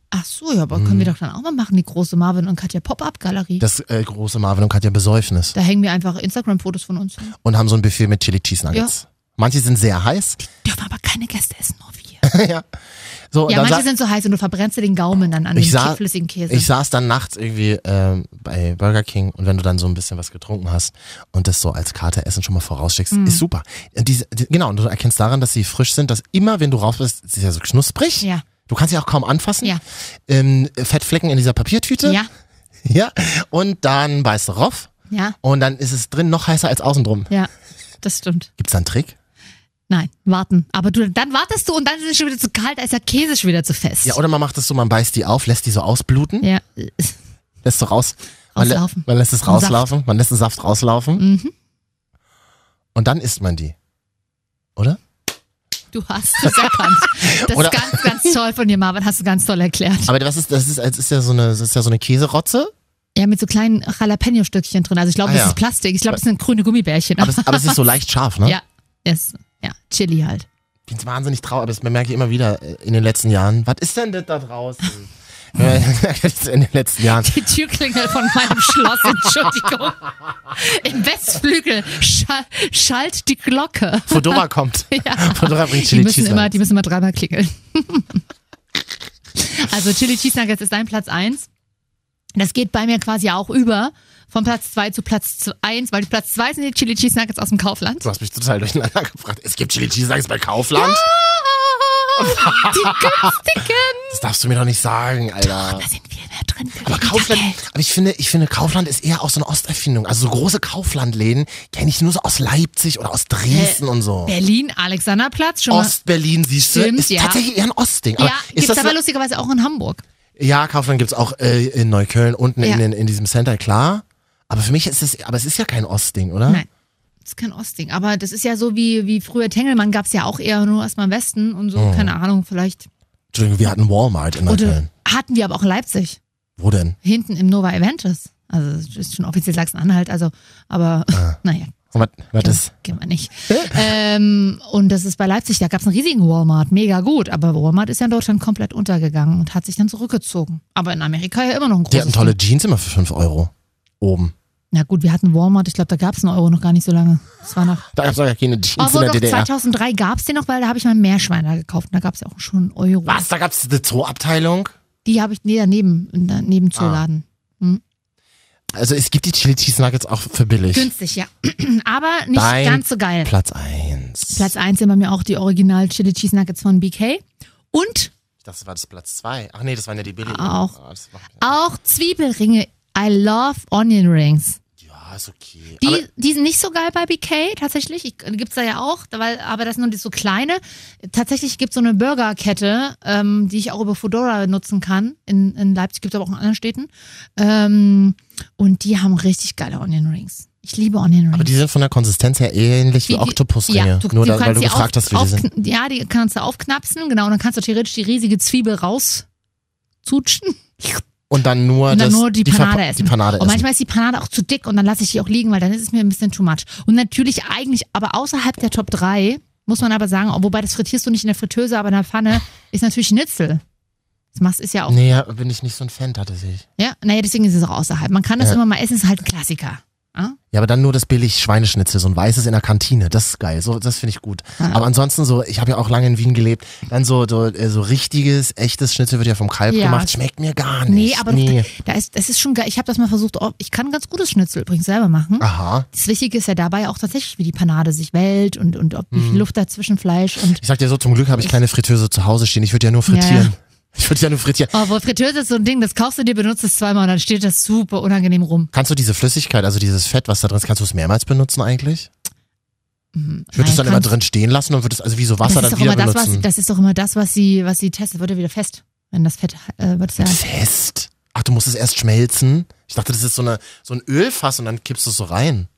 [SPEAKER 1] Ach so, ja, aber können wir doch dann auch mal machen, die große Marvin und Katja Pop-Up-Galerie.
[SPEAKER 8] Mhm. Das äh, große Marvin und Katja Besäufnis.
[SPEAKER 1] Da hängen wir einfach Instagram-Fotos von uns hin.
[SPEAKER 8] Und haben so ein Buffet mit Chili Cheese Nuggets. Manche sind sehr heiß.
[SPEAKER 1] Dürfen aber keine Gäste essen, oh, nur wir.
[SPEAKER 8] So, und
[SPEAKER 1] Ja,
[SPEAKER 8] dann
[SPEAKER 1] manche
[SPEAKER 8] sa-
[SPEAKER 1] sind so heiß und du verbrennst dir den Gaumen dann an
[SPEAKER 8] Ich
[SPEAKER 1] dem
[SPEAKER 8] sah-
[SPEAKER 1] flüssigen Käse.
[SPEAKER 8] Ich saß dann nachts irgendwie ähm, bei Burger King und wenn du dann so ein bisschen was getrunken hast und das so als Karte Essen schon mal vorausschickst,
[SPEAKER 1] Mhm.
[SPEAKER 8] ist super. Und diese, die, genau, und du erkennst daran, dass sie frisch sind, dass immer, wenn du raus bist, sie ist ja so knusprig.
[SPEAKER 1] Ja.
[SPEAKER 8] Du kannst sie auch kaum anfassen.
[SPEAKER 1] Ja.
[SPEAKER 8] Ähm, Fettflecken in dieser Papiertüte.
[SPEAKER 1] ja,
[SPEAKER 8] ja. Und dann beißt du rauf
[SPEAKER 1] ja,
[SPEAKER 8] und dann ist es drin noch heißer als außen drum.
[SPEAKER 1] ja. Das stimmt.
[SPEAKER 8] Gibt's da einen Trick?
[SPEAKER 1] Nein, warten. Aber du, dann wartest du und dann ist es schon wieder zu kalt, als der Käse schon wieder zu fest.
[SPEAKER 8] Ja, oder man macht es so, man beißt die auf, lässt die so ausbluten,
[SPEAKER 1] ja.
[SPEAKER 8] lässt so raus. Man, lä-
[SPEAKER 1] Rauslaufen.
[SPEAKER 8] man lässt es
[SPEAKER 1] Saft.
[SPEAKER 8] rauslaufen, man lässt den Saft rauslaufen.
[SPEAKER 1] Mhm.
[SPEAKER 8] Und dann isst man die. Oder?
[SPEAKER 1] Du hast es erkannt. Das
[SPEAKER 8] Oder-
[SPEAKER 1] ist ganz, ganz toll von dir, Marvin. Hast du ganz toll erklärt.
[SPEAKER 8] Aber das ist, das ist, das ist ja so eine, das ist ja so eine Käserotze.
[SPEAKER 1] Ja, mit so kleinen Jalapeno-Stückchen drin. Also ich glaube,
[SPEAKER 8] Ah,
[SPEAKER 1] das
[SPEAKER 8] ja.
[SPEAKER 1] ist Plastik. Ich glaube, das sind grüne Gummibärchen.
[SPEAKER 8] Aber es, aber es ist so leicht scharf, ne?
[SPEAKER 1] ja, es, ja, Chili halt.
[SPEAKER 8] Ich bin wahnsinnig traurig, aber das merke ich immer wieder äh, in den letzten Jahren. Was ist denn das da draußen? Ja, ich merke das in den letzten Jahren.
[SPEAKER 1] Die Türklingel von meinem Schloss, Entschuldigung. Im Westflügel schall, schallt die Glocke.
[SPEAKER 8] Fodora kommt.
[SPEAKER 1] Ja.
[SPEAKER 8] Fodora bringt
[SPEAKER 1] Die
[SPEAKER 8] Chili
[SPEAKER 1] müssen,
[SPEAKER 8] Cheese.
[SPEAKER 1] immer,
[SPEAKER 8] rein.
[SPEAKER 1] die müssen immer dreimal klingeln. also Chili Cheese Nuggets ist dein Platz eins. Das geht bei mir quasi auch über von Platz zwei zu Platz eins, weil Platz zwei sind die Chili Cheese Nuggets aus dem Kaufland.
[SPEAKER 8] Du hast mich total durcheinander gefragt. Es gibt Chili Cheese Nuggets bei Kaufland?
[SPEAKER 1] Die günstigen.
[SPEAKER 8] Das darfst du mir doch nicht sagen, Alter.
[SPEAKER 1] Da sind viel mehr drin.
[SPEAKER 8] Aber Kaufland, aber ich finde, ich finde, Kaufland ist eher auch so eine Osterfindung. Also so große Kauflandläden kenne ich nur so aus Leipzig oder aus Dresden und so.
[SPEAKER 1] Berlin, Alexanderplatz, schon mal.
[SPEAKER 8] Ostberlin, siehst du,
[SPEAKER 1] Stimmt,
[SPEAKER 8] ist
[SPEAKER 1] ja.
[SPEAKER 8] tatsächlich eher ein Ostding. Aber
[SPEAKER 1] Ja,
[SPEAKER 8] ist
[SPEAKER 1] gibt's
[SPEAKER 8] das
[SPEAKER 1] aber
[SPEAKER 8] so-
[SPEAKER 1] lustigerweise auch in Hamburg.
[SPEAKER 8] ja, Kaufland gibt's auch äh, in Neukölln unten
[SPEAKER 1] Ja.
[SPEAKER 8] in, den, in diesem Center, klar. Aber für mich ist es, aber es ist ja kein Ostding, oder?
[SPEAKER 1] Nein. Das ist kein Ostding. Aber das ist ja so wie, wie früher Tengelmann gab's ja auch eher nur erstmal im Westen und so,
[SPEAKER 8] Oh.
[SPEAKER 1] keine Ahnung, vielleicht.
[SPEAKER 8] Entschuldigung, wir hatten Walmart in
[SPEAKER 1] Oder
[SPEAKER 8] Neukölln.
[SPEAKER 1] hatten wir aber auch in Leipzig,
[SPEAKER 8] Wo denn?
[SPEAKER 1] hinten im Nova Eventus. Also das ist schon offiziell Sachsen-Anhalt, also, aber
[SPEAKER 8] Ah.
[SPEAKER 1] naja,
[SPEAKER 8] Und Was, was ist?
[SPEAKER 1] gehen wir nicht. ähm, und das ist bei Leipzig, da gab's einen riesigen Walmart, mega gut. Aber Walmart ist ja in Deutschland komplett untergegangen und hat sich dann zurückgezogen. Aber in Amerika ja immer noch ein
[SPEAKER 8] Die hatten
[SPEAKER 1] großes
[SPEAKER 8] tolle Jeans immer für 5 Euro. oben.
[SPEAKER 1] Na gut, wir hatten Walmart. Ich glaube, da gab es einen Euro noch gar nicht so lange. Das war noch.
[SPEAKER 8] Da gab es ja keine Jeans
[SPEAKER 1] Obwohl
[SPEAKER 8] in der
[SPEAKER 1] doch,
[SPEAKER 8] DDR.
[SPEAKER 1] 2003 gab es den noch, weil da habe ich mal einen Meerschweiner gekauft. Und da gab es ja auch schon einen Euro.
[SPEAKER 8] Was? Da gab es eine Zooabteilung?
[SPEAKER 1] Die habe ich nee, daneben, daneben
[SPEAKER 8] Ah.
[SPEAKER 1] zu laden.
[SPEAKER 8] Also es gibt die Chili Cheese Nuggets auch für billig.
[SPEAKER 1] Günstig, ja. Aber nicht
[SPEAKER 8] Dein
[SPEAKER 1] ganz so geil.
[SPEAKER 8] Platz 1.
[SPEAKER 1] Platz 1 sind bei mir auch die Original Chili Cheese Nuggets von BK. Und
[SPEAKER 8] Das war das Platz 2. Ach nee, das waren ja die billigen.
[SPEAKER 1] Auch.
[SPEAKER 8] Ah, das war-
[SPEAKER 1] auch Zwiebelringe. I love Onion Rings.
[SPEAKER 8] Ja, ist okay.
[SPEAKER 1] Die,
[SPEAKER 8] Aber
[SPEAKER 1] die sind nicht so geil bei BK tatsächlich. Ich, gibt's da ja auch, weil, aber das sind nur die so kleine. Tatsächlich gibt's so eine Burgerkette, ähm, die ich auch über Fedora nutzen kann. In, in Leipzig gibt's aber auch in anderen Städten. Ähm, und die haben richtig geile Onion Rings. Ich liebe Onion Rings.
[SPEAKER 8] Aber die sind von der Konsistenz her ähnlich wie,
[SPEAKER 1] Wie die-
[SPEAKER 8] Oktopusringe. Nur da, weil du
[SPEAKER 1] die
[SPEAKER 8] gefragt
[SPEAKER 1] auf-
[SPEAKER 8] hast, wie die sind.
[SPEAKER 1] aufkn- Ja, die kannst du aufknapsen, genau. Und dann kannst du theoretisch die riesige Zwiebel rauszutschen
[SPEAKER 8] Und dann nur,
[SPEAKER 1] und dann
[SPEAKER 8] das,
[SPEAKER 1] nur die,
[SPEAKER 8] Verpa-
[SPEAKER 1] Panade essen.
[SPEAKER 8] Die Panade
[SPEAKER 1] und
[SPEAKER 8] essen.
[SPEAKER 1] manchmal ist die Panade auch zu dick und dann lasse ich die auch liegen, weil dann ist es mir ein bisschen too much. Und natürlich eigentlich, aber außerhalb der Top 3, muss man aber sagen, wobei das frittierst du nicht in der Fritteuse, aber in der Pfanne, ist natürlich Schnitzel. Das machst ist ja auch.
[SPEAKER 8] Nee, ja, bin ich nicht so ein Fan tatsächlich.
[SPEAKER 1] Ja, naja, deswegen ist es auch außerhalb. Man kann das
[SPEAKER 8] Ja.
[SPEAKER 1] immer mal essen, ist halt ein Klassiker. Ja?
[SPEAKER 8] Ja, aber dann nur das billig Schweineschnitzel, so ein weißes in der Kantine. Das ist geil. So, das finde ich gut.
[SPEAKER 1] Ja.
[SPEAKER 8] Aber ansonsten so, ich habe ja auch lange in Wien gelebt. Dann so, so, äh, so richtiges, echtes Schnitzel wird ja vom Kalb
[SPEAKER 1] Ja.
[SPEAKER 8] gemacht. Schmeckt mir gar nicht.
[SPEAKER 1] Nee, aber
[SPEAKER 8] nee.
[SPEAKER 1] Da ist, das ist schon geil. Ich habe das mal versucht. Oh, ich kann ganz gutes Schnitzel übrigens selber machen.
[SPEAKER 8] Aha.
[SPEAKER 1] Das Wichtige ist ja dabei auch tatsächlich, wie die Panade sich wählt und, und ob wie viel Luft dazwischen Fleisch und.
[SPEAKER 8] Ich sag dir so, zum Glück habe ich keine Fritteuse zu Hause stehen. Ich würde ja nur frittieren.
[SPEAKER 1] Ja,
[SPEAKER 8] Ich würde ja nur frittieren.
[SPEAKER 1] Oh, wohl Fritteuse ist so ein Ding, das kaufst du dir, benutzt es zweimal und dann steht das super unangenehm rum.
[SPEAKER 8] Kannst du diese Flüssigkeit, also dieses Fett, was da drin ist, kannst du es mehrmals benutzen eigentlich?
[SPEAKER 1] Hm,
[SPEAKER 8] Ich würde es
[SPEAKER 1] nein,
[SPEAKER 8] dann immer
[SPEAKER 1] kannst-
[SPEAKER 8] drin stehen lassen und würde es also wie so Wasser
[SPEAKER 1] das ist
[SPEAKER 8] dann
[SPEAKER 1] doch
[SPEAKER 8] wieder
[SPEAKER 1] immer das, was,
[SPEAKER 8] benutzen.
[SPEAKER 1] das ist doch immer das, was sie, was sie testet. Wird ja wieder fest, wenn das Fett äh, wird ja.
[SPEAKER 8] Fest. Ach, du musst es erst schmelzen. Ich dachte, das ist so, eine, so ein Ölfass und dann kippst du es so rein.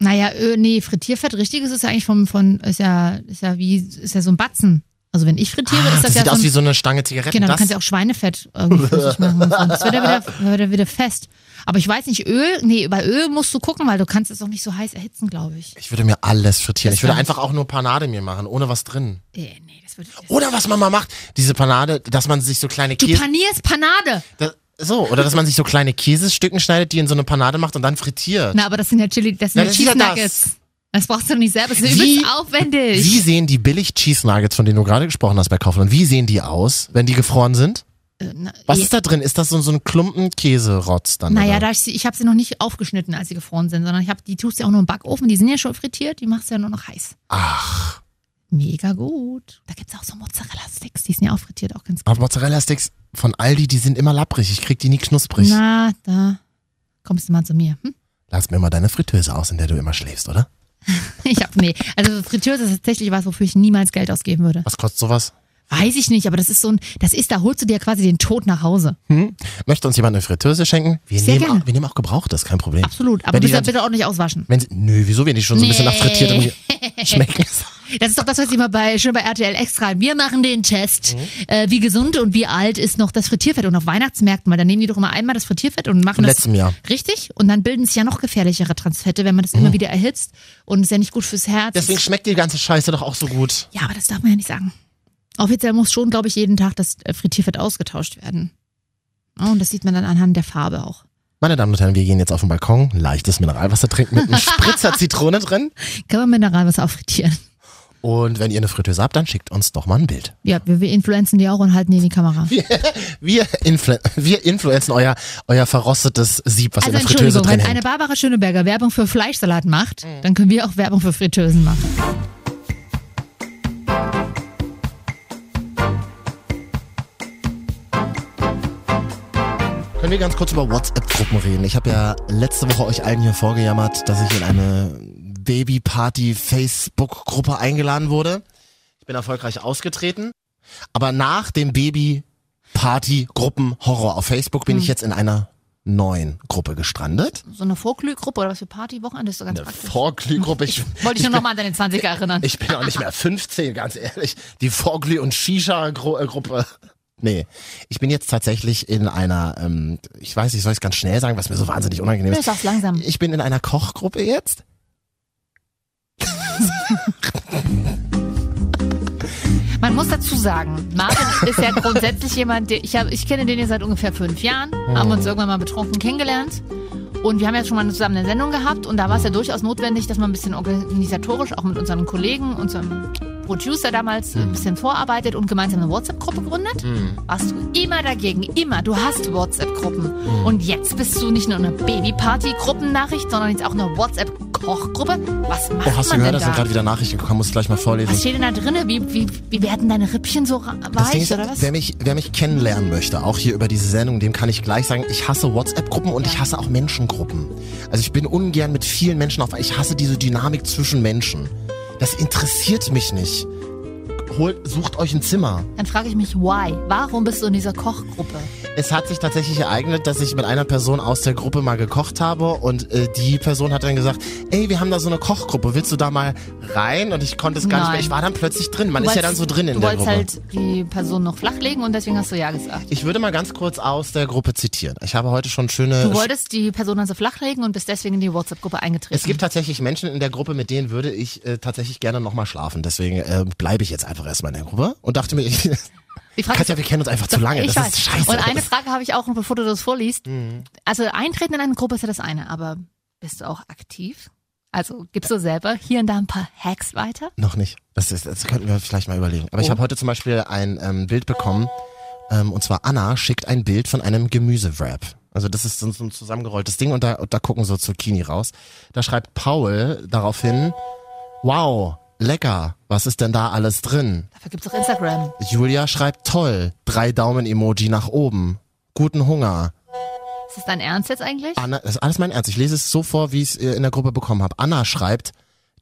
[SPEAKER 1] Naja, Ö, nee, Frittierfett, richtiges ist ja eigentlich vom, von, ist ja, ist ja wie, ist ja so ein Batzen. Also wenn ich frittiere,
[SPEAKER 8] Ah,
[SPEAKER 1] ist das,
[SPEAKER 8] das
[SPEAKER 1] ja
[SPEAKER 8] sieht
[SPEAKER 1] so
[SPEAKER 8] aus
[SPEAKER 1] ein,
[SPEAKER 8] wie so eine Stange Zigaretten.
[SPEAKER 1] Genau, du
[SPEAKER 8] das,
[SPEAKER 1] kannst ja auch Schweinefett irgendwie flüssig machen. und so. Das wird ja wieder, wird ja wieder fest. Aber ich weiß nicht, Öl, nee, über Öl musst du gucken, weil du kannst es auch nicht so heiß erhitzen, glaube ich.
[SPEAKER 8] ich würde mir alles frittieren.
[SPEAKER 1] Das
[SPEAKER 8] Ich würde
[SPEAKER 1] kann ich.
[SPEAKER 8] einfach auch nur Panade mir machen, ohne was drin.
[SPEAKER 1] Äh, nee, das würde ich
[SPEAKER 8] Oder was man mal macht, diese Panade, dass man sich so kleine
[SPEAKER 1] Du
[SPEAKER 8] Käse...
[SPEAKER 1] panierst Panade.
[SPEAKER 8] Da, so, oder dass man sich so kleine Käsestücken schneidet, die in so eine Panade macht und dann frittiert.
[SPEAKER 1] Na, aber das sind ja Chili, das sind
[SPEAKER 8] Ja,
[SPEAKER 1] ja,
[SPEAKER 8] das ist ja
[SPEAKER 1] Cheese Nuggets.
[SPEAKER 8] das.
[SPEAKER 1] Das. brauchst du doch nicht selber. Das ist
[SPEAKER 8] Wie-
[SPEAKER 1] übelst aufwendig.
[SPEAKER 8] Wie sehen die billig Cheese Nuggets, von denen du gerade gesprochen hast bei Kaufland, wie sehen die aus, wenn die gefroren sind?
[SPEAKER 1] Äh, na,
[SPEAKER 8] Was
[SPEAKER 1] eh,
[SPEAKER 8] ist da drin? Ist das so, so ein Klumpen Käserotz dann?
[SPEAKER 1] naja,
[SPEAKER 8] oder?
[SPEAKER 1] da ich, sie- ich habe sie noch nicht aufgeschnitten, als sie gefroren sind, sondern ich habe die tust ja auch nur im Backofen. Die sind ja schon frittiert, die machst du ja nur noch heiß.
[SPEAKER 8] Ach.
[SPEAKER 1] Mega gut. Da gibt's auch so Mozzarella-Sticks, die sind ja auch frittiert, auch ganz
[SPEAKER 8] Aber Mozzarella-Sticks von Aldi, die sind immer lapprig. Ich krieg die nie knusprig.
[SPEAKER 1] Na, da kommst du mal zu mir. Hm?
[SPEAKER 8] Lass mir mal deine Fritteuse aus, in der du immer schläfst, oder?
[SPEAKER 1] Ich hab, nee. Also Fritteuse ist tatsächlich was, wofür ich niemals Geld ausgeben würde.
[SPEAKER 8] Was kostet sowas?
[SPEAKER 1] Weiß ich nicht, aber das ist so ein, das ist, da holst du dir quasi den Tod nach Hause.
[SPEAKER 8] Möchte uns jemand eine Fritteuse schenken? Wir,
[SPEAKER 1] Sehr
[SPEAKER 8] nehmen
[SPEAKER 1] gerne.
[SPEAKER 8] auch, wir nehmen auch Gebrauchtes, kein Problem.
[SPEAKER 1] Absolut. Aber
[SPEAKER 8] Wenn die
[SPEAKER 1] bitte,
[SPEAKER 8] dann-
[SPEAKER 1] bitte auch nicht auswaschen.
[SPEAKER 8] Wenn sie, nö, wieso, wenn die schon so ein bisschen nach
[SPEAKER 1] Nee.
[SPEAKER 8] frittiertem schmecken?
[SPEAKER 1] Das ist doch das, was immer bei, schon bei RTL extra. haben. Wir machen den Test.
[SPEAKER 8] Mhm.
[SPEAKER 1] Äh, wie gesund und wie alt ist noch das Frittierfett? Und auf Weihnachtsmärkten, weil da nehmen die doch immer einmal das Frittierfett und machen
[SPEAKER 8] Von
[SPEAKER 1] das.
[SPEAKER 8] letztem Jahr.
[SPEAKER 1] Richtig? Und dann bilden sich ja noch gefährlichere Transfette, wenn man das immer wieder erhitzt. Und ist ja nicht gut fürs Herz.
[SPEAKER 8] Mhm. Deswegen schmeckt die ganze Scheiße doch auch so gut.
[SPEAKER 1] Ja, aber das darf man ja nicht sagen. Offiziell muss schon, glaube ich, jeden Tag das äh, Frittierfett ausgetauscht werden. Oh, und das sieht man dann anhand der Farbe auch.
[SPEAKER 8] Meine Damen und Herren, wir gehen jetzt auf den Balkon, leichtes Mineralwasser trinken mit einem Spritzer Zitrone drin.
[SPEAKER 1] Kann man Mineralwasser auch frittieren?
[SPEAKER 8] Und wenn ihr eine Fritteuse habt, dann schickt uns doch mal ein Bild.
[SPEAKER 1] Ja, wir, wir influenzen die auch und halten die in die Kamera.
[SPEAKER 8] Wir, influ wir influenzen euer, euer verrostetes Sieb, was
[SPEAKER 1] also
[SPEAKER 8] in der Fritteuse
[SPEAKER 1] Entschuldigung,
[SPEAKER 8] drin
[SPEAKER 1] wenn
[SPEAKER 8] hängt.
[SPEAKER 1] eine Barbara Schöneberger Werbung für Fleischsalat macht, dann können wir auch Werbung für Fritteusen machen.
[SPEAKER 8] Können wir ganz kurz über WhatsApp-Gruppen reden? Ich habe ja letzte Woche euch allen hier vorgejammert, dass ich in eine Baby-Party-Facebook-Gruppe eingeladen wurde. Ich bin erfolgreich ausgetreten. Aber nach dem Baby-Party-Gruppen-Horror auf Facebook bin ich jetzt in einer neuen Gruppe gestrandet.
[SPEAKER 1] So eine Vorglühgruppe oder was für Partywochenende ist so ganz
[SPEAKER 8] Eine
[SPEAKER 1] praktisch.
[SPEAKER 8] Vorglühgruppe. Ich,
[SPEAKER 1] Wollte ich
[SPEAKER 8] ich,
[SPEAKER 1] nur nochmal an deine 20er erinnern.
[SPEAKER 8] ich bin auch nicht mehr 15, ganz ehrlich. Die Vorglüh- und Shisha-Gruppe. Nee, ich bin jetzt tatsächlich in einer, ähm, ich weiß nicht, soll ich es ganz schnell sagen, was mir so wahnsinnig unangenehm ist.
[SPEAKER 1] Nee, sag's langsam.
[SPEAKER 8] Ich bin in einer Kochgruppe jetzt.
[SPEAKER 1] Man muss dazu sagen, Marvin ist ja
[SPEAKER 8] Oh.
[SPEAKER 1] grundsätzlich jemand, der, ich, hab, ich kenne den ja seit ungefähr fünf Jahren, haben uns irgendwann mal betrunken kennengelernt. Und wir haben ja schon mal zusammen eine Sendung gehabt und da war es ja durchaus notwendig, dass man ein bisschen organisatorisch auch mit unseren Kollegen, unserem Producer damals
[SPEAKER 8] Hm.
[SPEAKER 1] ein bisschen vorarbeitet und gemeinsam eine WhatsApp-Gruppe gründet. Warst du immer dagegen, immer. Du hast
[SPEAKER 8] Hm.
[SPEAKER 1] WhatsApp-Gruppen. Und jetzt bist du nicht nur eine Babyparty-Gruppennachricht, sondern jetzt auch eine WhatsApp-Kochgruppe. Was macht
[SPEAKER 8] Oh, hast du
[SPEAKER 1] man
[SPEAKER 8] gehört,
[SPEAKER 1] denn
[SPEAKER 8] dass da
[SPEAKER 1] da?
[SPEAKER 8] gerade wieder Nachrichten gekommen? Muss ich gleich mal
[SPEAKER 1] Was
[SPEAKER 8] vorlesen.
[SPEAKER 1] steht denn da drinne? Wie, wie, wie werden deine Rippchen so ra-
[SPEAKER 8] Das Ding
[SPEAKER 1] weich
[SPEAKER 8] ist,
[SPEAKER 1] oder was?
[SPEAKER 8] wer mich, wer mich kennenlernen möchte, auch hier über diese Sendung, dem kann ich gleich sagen, ich hasse WhatsApp-Gruppen und ich hasse auch Menschengruppen. Also ich bin ungern mit vielen Menschen auf, ich hasse diese Dynamik zwischen Menschen. Das interessiert mich nicht. Holt, sucht euch ein Zimmer.
[SPEAKER 1] Dann frage ich mich, why? Warum bist du in dieser Kochgruppe?
[SPEAKER 8] Es hat sich tatsächlich ereignet, dass ich mit einer Person aus der Gruppe mal gekocht habe und äh, die Person hat dann gesagt, ey, wir haben da so eine Kochgruppe, willst du da mal rein? Und ich konnte es gar nicht
[SPEAKER 1] Nein.
[SPEAKER 8] mehr. Ich war dann plötzlich drin. Man
[SPEAKER 1] Du
[SPEAKER 8] ist ja
[SPEAKER 1] wolltest-
[SPEAKER 8] dann so drin in
[SPEAKER 1] Du
[SPEAKER 8] der
[SPEAKER 1] wolltest
[SPEAKER 8] Gruppe.
[SPEAKER 1] halt die Person noch flachlegen und deswegen hast du ja gesagt.
[SPEAKER 8] ich würde mal ganz kurz aus der Gruppe zitieren. Ich habe heute schon schöne
[SPEAKER 1] Du wolltest die Person also flachlegen und bist deswegen in die WhatsApp-Gruppe eingetreten.
[SPEAKER 8] Es gibt tatsächlich Menschen in der Gruppe, mit denen würde ich äh, tatsächlich gerne nochmal schlafen. Deswegen äh, bleibe ich jetzt einfach erstmal in der Gruppe und dachte mir, ich,
[SPEAKER 1] die Frage
[SPEAKER 8] Katja, wir kennen uns einfach zu lange.
[SPEAKER 1] ich
[SPEAKER 8] Das
[SPEAKER 1] weiß.
[SPEAKER 8] ist scheiße. Mhm.
[SPEAKER 1] Und eine Frage habe ich auch, noch, bevor du das vorliest. Also eintreten in eine Gruppe ist ja das eine, aber bist du auch aktiv? Also gibst du selber hier und da ein paar Hacks weiter?
[SPEAKER 8] Noch nicht. Das, ist, das könnten wir vielleicht mal überlegen. Aber ich habe heute zum Beispiel ein ähm, Bild bekommen. Ähm, und zwar Anna schickt ein Bild von einem Gemüsewrap. Also das ist so so ein zusammengerolltes Ding und da, und da gucken so Zucchini raus. Da schreibt Paul daraufhin, wow, lecker, was ist denn da alles drin?
[SPEAKER 1] Dafür gibt es auch Instagram.
[SPEAKER 8] Julia schreibt toll. Drei Daumen-Emoji nach oben. Guten Hunger.
[SPEAKER 1] Ist das dein Ernst jetzt eigentlich?
[SPEAKER 8] Anna, das ist alles mein Ernst. Ich lese es so vor, wie ich es äh, in der Gruppe bekommen habe. Anna schreibt,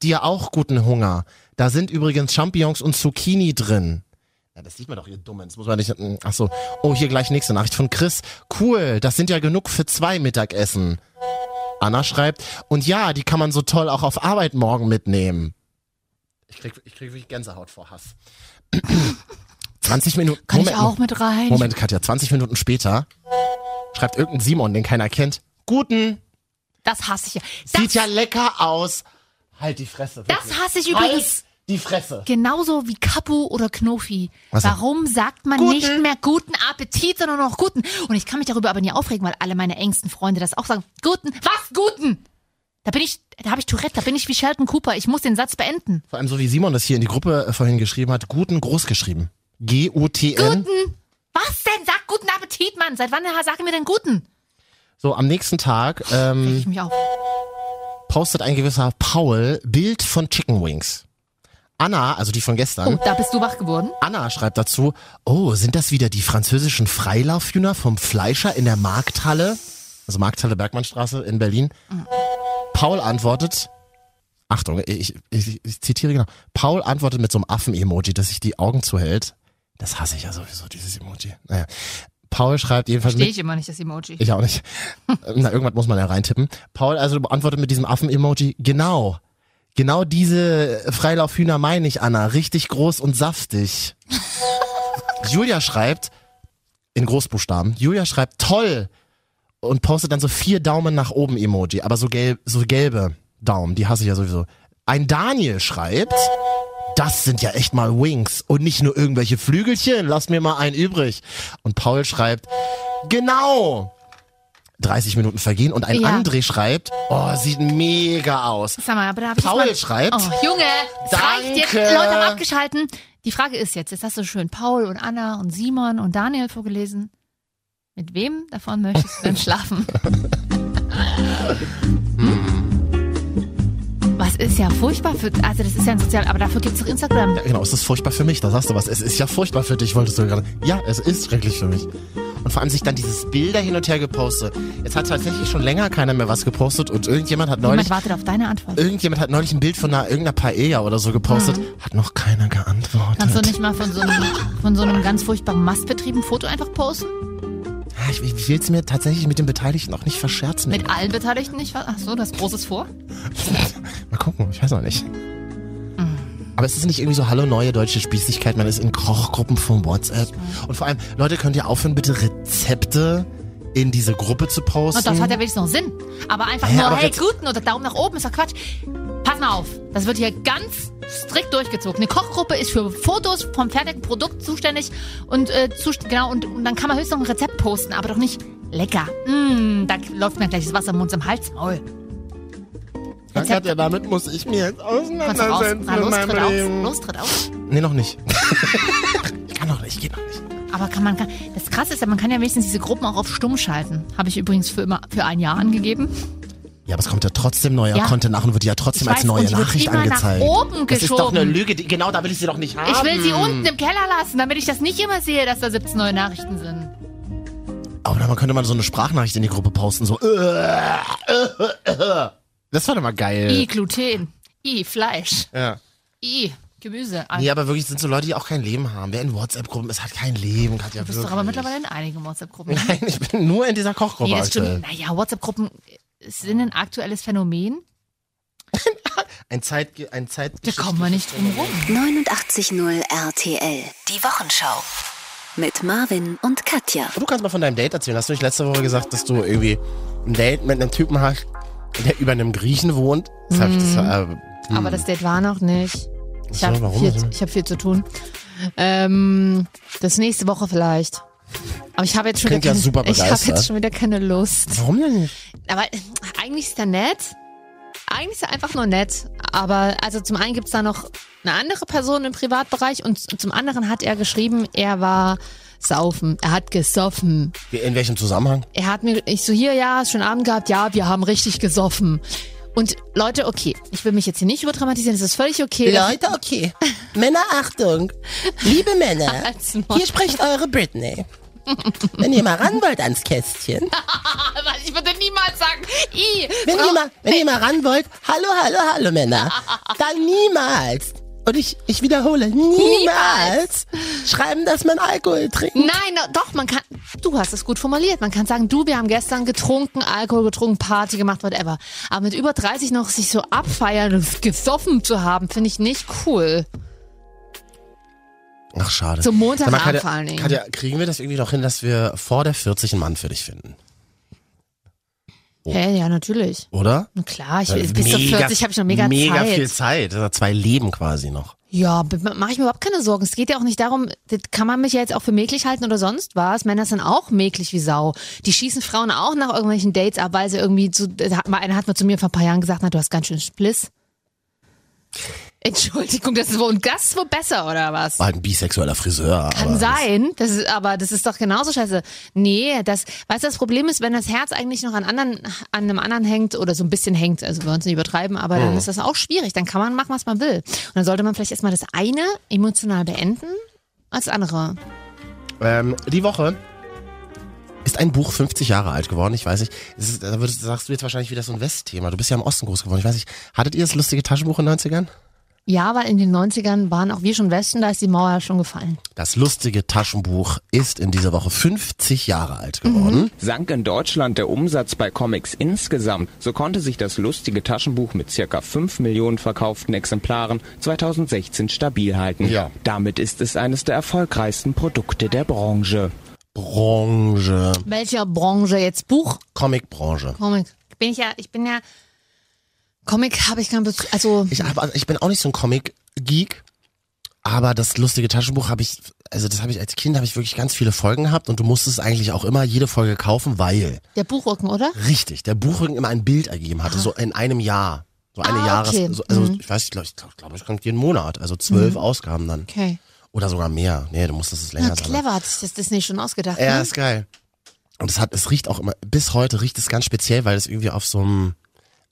[SPEAKER 8] dir auch guten Hunger. Da sind übrigens Champignons und Zucchini drin. Ja, das sieht man doch, ihr Dummen. Das muss man nicht. Ach so. Oh, hier gleich nächste Nachricht von Chris. Cool, das sind ja genug für zwei Mittagessen. Anna schreibt, und ja, die kann man so toll auch auf Arbeit morgen mitnehmen. Ich krieg, ich krieg wirklich Gänsehaut vor Hass. 20 Minuten.
[SPEAKER 1] Kann
[SPEAKER 8] Moment,
[SPEAKER 1] ich auch mit rein?
[SPEAKER 8] Moment, Katja, 20 Minuten später schreibt irgendein Simon, den keiner kennt. Guten,
[SPEAKER 1] Das hasse ich ja. Das,
[SPEAKER 8] sieht ja lecker aus. Halt die Fresse.
[SPEAKER 1] das
[SPEAKER 8] wirklich.
[SPEAKER 1] hasse ich
[SPEAKER 8] halt
[SPEAKER 1] übrigens.
[SPEAKER 8] die Fresse.
[SPEAKER 1] Genauso wie Kapu oder Knofi.
[SPEAKER 8] Was denn?
[SPEAKER 1] Warum sagt man nicht mehr guten Appetit, sondern noch guten? Und ich kann mich darüber aber nie aufregen, weil alle meine engsten Freunde das auch sagen. Guten, was guten? Da bin ich, da habe ich Tourette, da bin ich wie Sheldon Cooper. Ich muss den Satz beenden.
[SPEAKER 8] Vor allem so wie Simon das hier in die Gruppe äh, vorhin geschrieben hat, guten groß geschrieben. G-U-T-N.
[SPEAKER 1] Was denn? Sag guten Appetit, Mann. Seit wann sagen wir denn guten?
[SPEAKER 8] So, am nächsten Tag
[SPEAKER 1] Reg
[SPEAKER 8] ähm,
[SPEAKER 1] ich mich auf.
[SPEAKER 8] postet ein gewisser Paul Bild von Chicken Wings. Anna, also die von gestern,
[SPEAKER 1] Oh, da bist du wach geworden.
[SPEAKER 8] Anna schreibt dazu, oh, sind das wieder die französischen Freilaufhühner vom Fleischer in der Markthalle? Also Markthalle Bergmannstraße in Berlin. Paul antwortet, Achtung, ich, ich, ich zitiere genau. Paul antwortet mit so einem Affen-Emoji, das sich die Augen zuhält. Das hasse ich ja sowieso, dieses Emoji. Naja. Paul schreibt jedenfalls
[SPEAKER 1] Verstehe
[SPEAKER 8] mit,
[SPEAKER 1] ich immer nicht, das Emoji.
[SPEAKER 8] ich auch nicht. Na, irgendwas muss man ja reintippen. Paul also beantwortet mit diesem Affen-Emoji, genau. Genau diese Freilaufhühner meine ich, Anna. Richtig groß und saftig. Julia schreibt, in Großbuchstaben, Julia schreibt, toll. Und postet dann so vier Daumen nach oben Emoji, aber so, gelb, so gelbe Daumen, die hasse ich ja sowieso. Ein Daniel schreibt, das sind ja echt mal Wings und nicht nur irgendwelche Flügelchen, lass mir mal einen übrig. Und Paul schreibt, genau. 30 Minuten vergehen und ein
[SPEAKER 1] Ja.
[SPEAKER 8] André schreibt, oh, sieht mega aus.
[SPEAKER 1] Sag mal, aber da hab ich
[SPEAKER 8] Paul
[SPEAKER 1] jetzt mal-
[SPEAKER 8] schreibt,
[SPEAKER 1] Oh, Junge, es reicht jetzt.
[SPEAKER 8] Danke.
[SPEAKER 1] Leute haben abgeschalten. Die Frage ist jetzt, jetzt hast du schön Paul und Anna und Simon und Daniel vorgelesen. Mit wem davon möchtest du denn schlafen? Hm? Was ist ja furchtbar für, also das ist ja ein Sozial, aber dafür gibt's doch Instagram.
[SPEAKER 8] Ja, genau, es ist furchtbar für mich, da sagst du was. Es ist ja furchtbar für dich, wolltest du gerade. Ja, es ist schrecklich für mich. Und vor allem sich dann dieses Bilder hin und her gepostet. Jetzt hat tatsächlich schon länger keiner mehr was gepostet und irgendjemand hat neulich,
[SPEAKER 1] Jemand wartet auf deine Antwort.
[SPEAKER 8] irgendjemand hat neulich ein Bild von einer, irgendeiner Paella oder so gepostet. Hat noch keiner geantwortet.
[SPEAKER 1] Kannst du nicht mal von so einem, von so einem ganz furchtbaren Mastbetrieb ein Foto einfach posten?
[SPEAKER 8] Ah, Ich, ich will es mir tatsächlich mit den Beteiligten auch nicht verscherzen.
[SPEAKER 1] Mit allen Beteiligten nicht? Ach so, das Großes vor?
[SPEAKER 8] Mal gucken, ich weiß noch nicht. Aber es ist nicht irgendwie so, hallo, neue deutsche Spießigkeit, man ist in Kochgruppen von WhatsApp. Und vor allem, Leute, könnt ihr aufhören, bitte Rezepte in diese Gruppe zu posten?
[SPEAKER 1] Und das hat ja wenigstens noch Sinn. Aber einfach
[SPEAKER 8] Hä,
[SPEAKER 1] nur,
[SPEAKER 8] aber
[SPEAKER 1] hey,
[SPEAKER 8] jetzt-
[SPEAKER 1] guten oder Daumen nach oben ist doch Quatsch. Pass mal auf, das wird hier ganz strikt durchgezogen. Eine Kochgruppe ist für Fotos vom fertigen Produkt zuständig und äh, zust genau und, und dann kann man höchstens noch ein Rezept posten, aber doch nicht
[SPEAKER 11] Lecker. Mm, da läuft mir gleich das Wasser im Mund im Hals. Maul.
[SPEAKER 8] Danke, Katja, damit muss ich mir jetzt
[SPEAKER 11] Kannst du raus?
[SPEAKER 8] auseinandersetzen
[SPEAKER 11] Na,
[SPEAKER 8] mit
[SPEAKER 11] los,
[SPEAKER 8] meinem
[SPEAKER 11] tritt
[SPEAKER 8] Leben.
[SPEAKER 11] auf. Los, tritt auf.
[SPEAKER 8] Nee, noch nicht. ich kann noch nicht, geht noch nicht.
[SPEAKER 11] Aber kann man, kann, das Krasse ist ja, man kann ja wenigstens diese Gruppen auch auf stumm schalten. Habe ich übrigens für immer, für ein Jahr angegeben.
[SPEAKER 8] Ja, aber es kommt ja trotzdem neuer
[SPEAKER 11] Ja.
[SPEAKER 8] Content nach und wird ja trotzdem
[SPEAKER 11] Ich
[SPEAKER 8] als
[SPEAKER 11] weiß,
[SPEAKER 8] neue
[SPEAKER 11] und die wird
[SPEAKER 8] Nachricht
[SPEAKER 11] immer nach
[SPEAKER 8] angezeigt.
[SPEAKER 11] oben
[SPEAKER 8] das ist doch eine
[SPEAKER 11] geschoben.
[SPEAKER 8] Lüge. Die, genau, da will ich sie doch nicht haben.
[SPEAKER 11] Ich will sie unten im Keller lassen, damit ich das nicht immer sehe, dass da 17 neue Nachrichten sind.
[SPEAKER 8] Aber dann könnte man so eine Sprachnachricht in die Gruppe posten, so. äh, äh, äh. Das war doch mal
[SPEAKER 11] I,
[SPEAKER 8] geil.
[SPEAKER 11] Gluten. I, Fleisch.
[SPEAKER 8] Ja.
[SPEAKER 11] I, Gemüse. Ah,
[SPEAKER 8] Nee, aber wirklich sind so Leute, die auch kein Leben haben. Wer in WhatsApp-Gruppen ist, hat kein Leben. Katja,
[SPEAKER 11] du bist
[SPEAKER 8] wirklich.
[SPEAKER 11] doch aber mittlerweile in einigen WhatsApp-Gruppen.
[SPEAKER 8] Nein, ich bin nur in dieser Kochgruppe
[SPEAKER 11] Nee, das
[SPEAKER 8] aktuell.
[SPEAKER 11] stimmt. Naja, WhatsApp-Gruppen sind ein aktuelles Phänomen.
[SPEAKER 8] Ein Zeit, ein Zeit.
[SPEAKER 11] Da kommen wir nicht drum rum.
[SPEAKER 10] 89.0 RTL. Die Wochenschau. Mit Marvin und Katja.
[SPEAKER 8] Du kannst mal von deinem Date erzählen. Hast du nicht letzte Woche gesagt, dass du irgendwie ein Date mit einem Typen hast, der über einem Griechen wohnt? Das hab ich,
[SPEAKER 11] Mhm.
[SPEAKER 8] das, äh, hm.
[SPEAKER 1] Aber das Date war noch nicht. Ich
[SPEAKER 8] Ach so,
[SPEAKER 1] habe
[SPEAKER 8] warum
[SPEAKER 1] viel,
[SPEAKER 8] denn?
[SPEAKER 1] ich hab viel zu tun. Ähm, das nächste Woche vielleicht. Aber ich habe jetzt schon
[SPEAKER 8] Klingt
[SPEAKER 1] wieder
[SPEAKER 8] ja super
[SPEAKER 1] ich habe
[SPEAKER 8] begeistert.
[SPEAKER 1] jetzt schon wieder keine Lust.
[SPEAKER 8] Warum denn nicht?
[SPEAKER 1] Aber äh, eigentlich ist er nett. Eigentlich ist er einfach nur nett. Aber also zum einen gibt es da noch eine andere Person im Privatbereich und z- zum anderen hat er geschrieben, er war saufen. Er hat gesoffen.
[SPEAKER 8] Wie- In welchem Zusammenhang?
[SPEAKER 1] Er hat mir, ich so, hier, ja, ist schon Abend gehabt, ja, wir haben richtig gesoffen. Und Leute, okay, ich will mich jetzt hier nicht überdramatisieren, es ist völlig okay. dass-
[SPEAKER 8] okay. Männer, Achtung. Liebe Männer,
[SPEAKER 1] Als Mann. hier
[SPEAKER 8] spricht eure Britney. Wenn ihr mal ran wollt ans Kästchen,
[SPEAKER 1] Was, ich würde niemals sagen, i,
[SPEAKER 8] wenn, ihr mal, wenn ihr mal ran wollt, hallo, hallo, hallo Männer, dann niemals, und ich, ich wiederhole, niemals, schreiben, dass man Alkohol trinkt.
[SPEAKER 1] Nein, na- doch, man kann. Du hast es gut formuliert. Man kann sagen, du, wir haben gestern getrunken, Alkohol getrunken, Party gemacht, whatever. Aber mit über 30 noch sich so abfeiern und gesoffen zu haben, finde ich nicht cool.
[SPEAKER 8] Ach, schade.
[SPEAKER 1] Zum Montagabend
[SPEAKER 8] Sag mal, Katja,
[SPEAKER 1] vor allen Dingen.
[SPEAKER 8] Katja, kriegen wir das irgendwie noch hin, dass wir vor der 40 einen Mann für dich finden?
[SPEAKER 1] Hä, ja, natürlich.
[SPEAKER 8] Oder?
[SPEAKER 1] Na klar, ich, bis zu 40 habe ich noch mega,
[SPEAKER 8] mega
[SPEAKER 1] Zeit.
[SPEAKER 8] viel Zeit. Das hat zwei Leben quasi noch.
[SPEAKER 1] Ja, mache ich mir überhaupt keine Sorgen. Es geht ja auch nicht darum, das kann man mich ja jetzt auch für mäglich halten oder sonst was. Männer sind auch mäglich wie Sau. Die schießen Frauen auch nach irgendwelchen Dates ab, weil sie irgendwie zu. da hat mal- Einer hat mal zu mir vor ein paar Jahren gesagt, na, du hast ganz schön Spliss. Entschuldigung, das ist wohl und das ist wohl besser, oder was?
[SPEAKER 8] War halt ein bisexueller Friseur.
[SPEAKER 1] Kann
[SPEAKER 8] aber
[SPEAKER 1] sein, das ist, aber das ist doch genauso scheiße. Nee, das, weißt du, das Problem ist, wenn das Herz eigentlich noch an, anderen, an einem anderen hängt oder so ein bisschen hängt, also wir wollen es nicht übertreiben, aber
[SPEAKER 8] Mhm.
[SPEAKER 1] dann ist das auch schwierig. Dann kann man machen, was man will. Und dann sollte man vielleicht erstmal das eine emotional beenden als das andere.
[SPEAKER 8] Ähm, die Woche ist ein Buch 50 Jahre alt geworden, ich weiß nicht. Es ist, da würdest, sagst du jetzt wahrscheinlich wieder so ein Westthema. Du bist ja im Osten groß geworden, ich weiß nicht. Hattet ihr das lustige Taschenbuch in den 90ern?
[SPEAKER 1] Ja, weil in den 90ern waren auch wir schon Westen, da ist die Mauer schon gefallen.
[SPEAKER 8] Das lustige Taschenbuch ist in dieser Woche 50 Jahre alt geworden.
[SPEAKER 12] Sank in Deutschland der Umsatz bei Comics insgesamt, so konnte sich das lustige Taschenbuch mit circa 5 Millionen verkauften Exemplaren 2016 stabil halten.
[SPEAKER 8] Ja.
[SPEAKER 12] Damit ist es eines der erfolgreichsten Produkte der Branche.
[SPEAKER 8] Branche,
[SPEAKER 1] Welcher Branche jetzt? Buch,
[SPEAKER 8] Comicbranche.
[SPEAKER 1] Comic? Bin ich ja, ich bin ja, Comic habe ich keinen Bezug, also
[SPEAKER 8] Ich, hab, also ich bin auch nicht so ein Comic-Geek, aber das lustige Taschenbuch habe ich, also das habe ich als Kind, habe ich wirklich ganz viele Folgen gehabt und du musstest eigentlich auch immer jede Folge kaufen, weil,
[SPEAKER 1] der Buchrücken, oder?
[SPEAKER 8] richtig, der Buchrücken immer ein Bild ergeben hatte, so in einem Jahr. So eine
[SPEAKER 1] Ah,
[SPEAKER 8] Jahres,
[SPEAKER 1] okay.
[SPEAKER 8] so, also
[SPEAKER 1] Mhm.
[SPEAKER 8] ich weiß, ich glaube, ich, glaub, glaub, ich kommt jeden Monat, also zwölf Ausgaben dann.
[SPEAKER 1] Okay.
[SPEAKER 8] Oder sogar mehr. Nee, du musstest es länger
[SPEAKER 1] Na,
[SPEAKER 8] sein.
[SPEAKER 1] Ah, clever hat sich das Disney schon ausgedacht.
[SPEAKER 8] Ja,
[SPEAKER 1] ne?
[SPEAKER 8] ist geil. Und es hat, es riecht auch immer, bis heute riecht es ganz speziell, weil es irgendwie auf so einem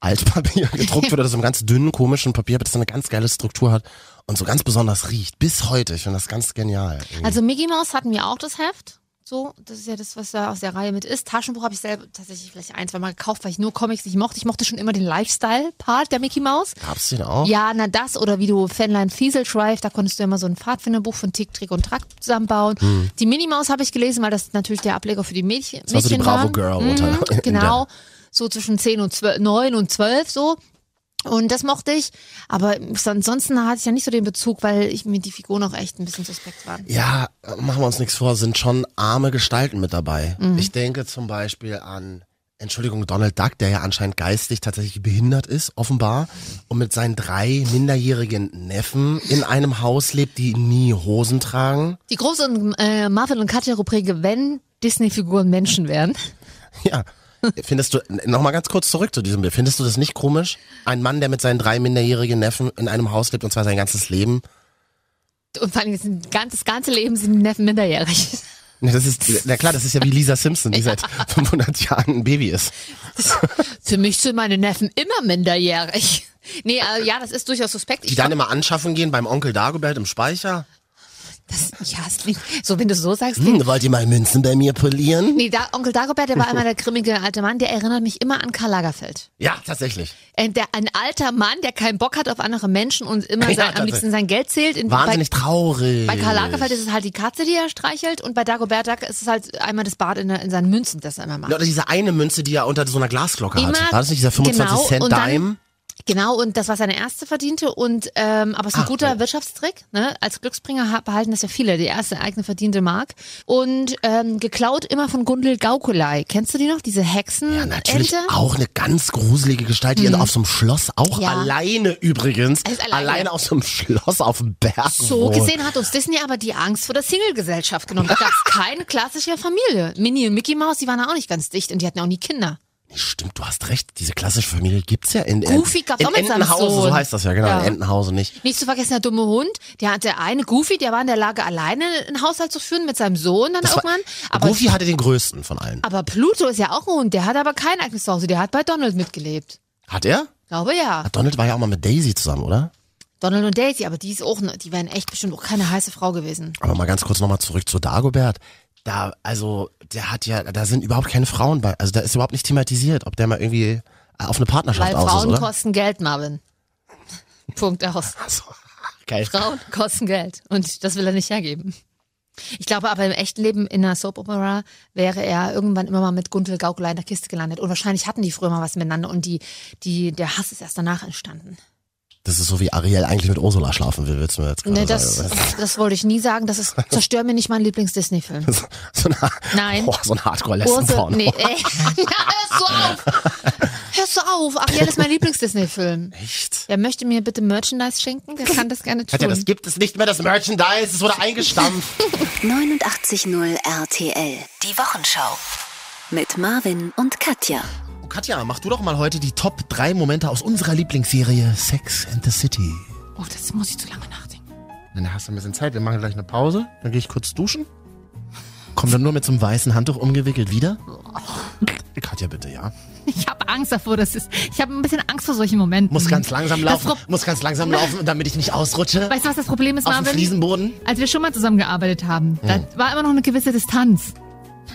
[SPEAKER 8] Altpapier gedruckt wird oder so einem ganz dünnen, komischen Papier, aber das so eine ganz geile Struktur hat und so ganz besonders riecht. Bis heute. Ich finde das ganz genial. irgendwie.
[SPEAKER 1] Also Mickey Mouse hatten wir auch das Heft. So, das ist ja das, was da aus der Reihe mit ist. Taschenbuch habe ich selber tatsächlich vielleicht ein, zwei Mal gekauft, weil ich nur Comics nicht mochte. Ich mochte schon immer den Lifestyle-Part der Mickey Mouse.
[SPEAKER 8] Gab's den auch?
[SPEAKER 1] Ja, na das oder wie du Fanline Fiesel Drive, da konntest du ja immer so ein Pfadfinderbuch von Tick, Trick und Track zusammenbauen. Die Minnie Maus habe ich gelesen, weil das natürlich der Ableger für die Mädchen,
[SPEAKER 8] Hm. war so die
[SPEAKER 1] Mädchen
[SPEAKER 8] Bravo
[SPEAKER 1] waren.
[SPEAKER 8] Girl unter- in der-
[SPEAKER 1] Mhm, genau, so zwischen 10 und 12, 9 und 12 so. Und das mochte ich, aber ansonsten hatte ich ja nicht so den Bezug, weil ich mir die Figuren auch echt ein bisschen suspekt waren.
[SPEAKER 8] Ja, äh, machen wir uns nichts vor, sind schon arme Gestalten mit dabei. Ich denke zum Beispiel an, Entschuldigung, Donald Duck, der ja anscheinend geistig tatsächlich behindert ist, offenbar, und mit seinen drei minderjährigen Neffen in einem Haus lebt, die nie Hosen tragen.
[SPEAKER 1] Die große äh, Marvin und Katja Rubrik, wenn Disney-Figuren Menschen wären.
[SPEAKER 8] Ja. Findest du, nochmal ganz kurz zurück zu diesem Bild, findest du das nicht komisch? Ein Mann, der mit seinen drei minderjährigen Neffen in einem Haus lebt und zwar sein ganzes Leben.
[SPEAKER 11] Und vor allem das ganze, das ganze Leben sind die Neffen minderjährig.
[SPEAKER 8] Na, Ne, Das ist, na klar, das ist ja wie Lisa Simpson, die seit 500 Jahren ein Baby ist.
[SPEAKER 11] Für mich sind meine Neffen immer minderjährig. Nee, äh, ja, das ist durchaus suspekt.
[SPEAKER 8] Die
[SPEAKER 11] Ich
[SPEAKER 8] dann immer anschaffen gehen beim Onkel Dagobert im Speicher.
[SPEAKER 11] das, ja, es klingt, so wenn du so sagst, klingt
[SPEAKER 8] Hm, wollt ihr mal Münzen bei mir polieren?
[SPEAKER 11] Nee, da, Onkel Dagobert, der war einmal der grimmige alte Mann, der erinnert mich immer an Karl Lagerfeld.
[SPEAKER 8] Ja, tatsächlich.
[SPEAKER 11] Ein, der, ein alter Mann, der keinen Bock hat auf andere Menschen und immer
[SPEAKER 8] Ja,
[SPEAKER 11] sein, am
[SPEAKER 8] tatsächlich.
[SPEAKER 11] liebsten sein Geld zählt. In,
[SPEAKER 8] Wahnsinnig traurig.
[SPEAKER 11] Bei, bei Karl Lagerfeld ist es halt die Katze, die er streichelt und bei Dagobert Duck ist es halt einmal das Bad in, der- in seinen Münzen, das er immer macht.
[SPEAKER 8] Ja, Oder diese eine Münze, die er unter so einer Glasglocke
[SPEAKER 11] Immer-
[SPEAKER 8] hatte. War das nicht dieser 25
[SPEAKER 11] genau,
[SPEAKER 8] Cent
[SPEAKER 11] und dann-
[SPEAKER 8] Dime?
[SPEAKER 11] Genau, und das war seine erste verdiente und ähm, aber es ist ein guter Wirtschaftstrick. Ne? Als Glücksbringer ha- behalten das ja viele, die erste eigene verdiente Mark. Und ähm, geklaut immer von Gundel Gaukulei. Kennst du die noch? Diese Hexen?
[SPEAKER 8] Ja, natürlich
[SPEAKER 11] Ente? Mhm.
[SPEAKER 8] auch eine ganz gruselige Gestalt, die auf so einem Schloss, auch
[SPEAKER 11] Ja.
[SPEAKER 8] alleine übrigens,
[SPEAKER 11] Er ist
[SPEAKER 8] alleine.
[SPEAKER 11] alleine.
[SPEAKER 8] auf so einem Schloss auf dem Berg.
[SPEAKER 11] So
[SPEAKER 8] wohnt.
[SPEAKER 11] gesehen hat uns Disney aber die Angst vor der Single-Gesellschaft genommen. Da gab es keine klassische Familie. Minnie und Mickey Mouse, die waren ja auch nicht ganz dicht und die hatten ja auch nie Kinder.
[SPEAKER 8] Stimmt, du hast recht. Diese klassische Familie gibt's ja in, in,
[SPEAKER 11] Goofy gab's
[SPEAKER 8] in
[SPEAKER 11] auch mit seinem
[SPEAKER 8] Entenhausen, so
[SPEAKER 11] Sohn.
[SPEAKER 8] heißt das ja, genau,
[SPEAKER 11] Ja.
[SPEAKER 8] in Entenhausen nicht.
[SPEAKER 11] Nicht zu vergessen der dumme Hund, der hatte eine Goofy, der war in der Lage, alleine einen Haushalt zu führen mit seinem Sohn dann
[SPEAKER 8] Das war-
[SPEAKER 11] irgendwann. Aber,
[SPEAKER 8] Goofy hatte den größten von allen.
[SPEAKER 11] aber Pluto ist ja auch ein Hund, der hat aber kein eigenes Zuhause, der hat bei Donald mitgelebt.
[SPEAKER 8] Hat er?
[SPEAKER 11] Glaube ja.
[SPEAKER 8] Ah, Donald war ja auch mal mit Daisy zusammen, oder?
[SPEAKER 11] Donald und Daisy, aber die ist auch, ne- die wären echt bestimmt auch keine heiße Frau gewesen.
[SPEAKER 8] Aber mal ganz kurz nochmal zurück zu Dagobert. Da, also, der hat ja, da sind überhaupt keine Frauen bei. Also, da ist überhaupt nicht thematisiert, ob der mal irgendwie äh, auf eine Partnerschaft
[SPEAKER 11] Weil
[SPEAKER 8] aus
[SPEAKER 11] Frauen
[SPEAKER 8] ist, oder?
[SPEAKER 11] kosten Geld, Marvin. Punkt aus.
[SPEAKER 8] Geil.
[SPEAKER 11] Frauen kosten Geld und das will er nicht hergeben. Ich glaube aber im echten Leben in einer Soap Opera wäre er irgendwann immer mal mit Gunther Gaukelei in der Kiste gelandet. Und wahrscheinlich hatten die früher mal was miteinander und die, die, der Hass ist erst danach entstanden.
[SPEAKER 8] Das ist so wie Ariel eigentlich mit Ursula schlafen will, willst du mir jetzt gerade
[SPEAKER 11] Ne, das,
[SPEAKER 8] sagen.
[SPEAKER 11] das wollte ich nie sagen. Das ist, zerstör mir nicht meinen Lieblings-Disney-Film.
[SPEAKER 8] Das ist so eine,
[SPEAKER 11] Nein.
[SPEAKER 8] Boah, so ein
[SPEAKER 11] Ursula,
[SPEAKER 8] Hardcore-Lesson-Porno.
[SPEAKER 11] nee, ey. Ja, hörst du auf! Hörst du auf! Ariel ist mein Lieblings-Disney-Film.
[SPEAKER 8] Echt?
[SPEAKER 11] Wer möchte mir bitte Merchandise schenken? Der kann das gerne tun.
[SPEAKER 8] Katja, das gibt es nicht mehr, das Merchandise, es wurde eingestampft.
[SPEAKER 10] 89.0 RTL. Die Wochenschau. Mit Marvin und Katja.
[SPEAKER 8] Oh, Katja, mach du doch mal heute die Top 3 Momente aus unserer Lieblingsserie Sex and the City.
[SPEAKER 11] oh, das muss ich zu lange nachdenken.
[SPEAKER 8] Dann hast du ein bisschen Zeit, wir machen gleich eine Pause, dann gehe ich kurz duschen. Komm dann nur mit so einem weißen Handtuch umgewickelt wieder. Oh. Katja, bitte, ja.
[SPEAKER 1] Ich habe Angst davor, das ist. Ich habe ein bisschen Angst vor solchen Momenten.
[SPEAKER 8] Muss ganz langsam laufen,
[SPEAKER 1] Pro-
[SPEAKER 8] muss ganz langsam laufen, damit ich nicht ausrutsche.
[SPEAKER 1] Weißt du, was das Problem ist,
[SPEAKER 8] Auf dem
[SPEAKER 1] Marvin?
[SPEAKER 8] Fliesenboden.
[SPEAKER 1] Als wir schon mal zusammengearbeitet haben,
[SPEAKER 8] Hm.
[SPEAKER 1] da war immer noch eine gewisse Distanz.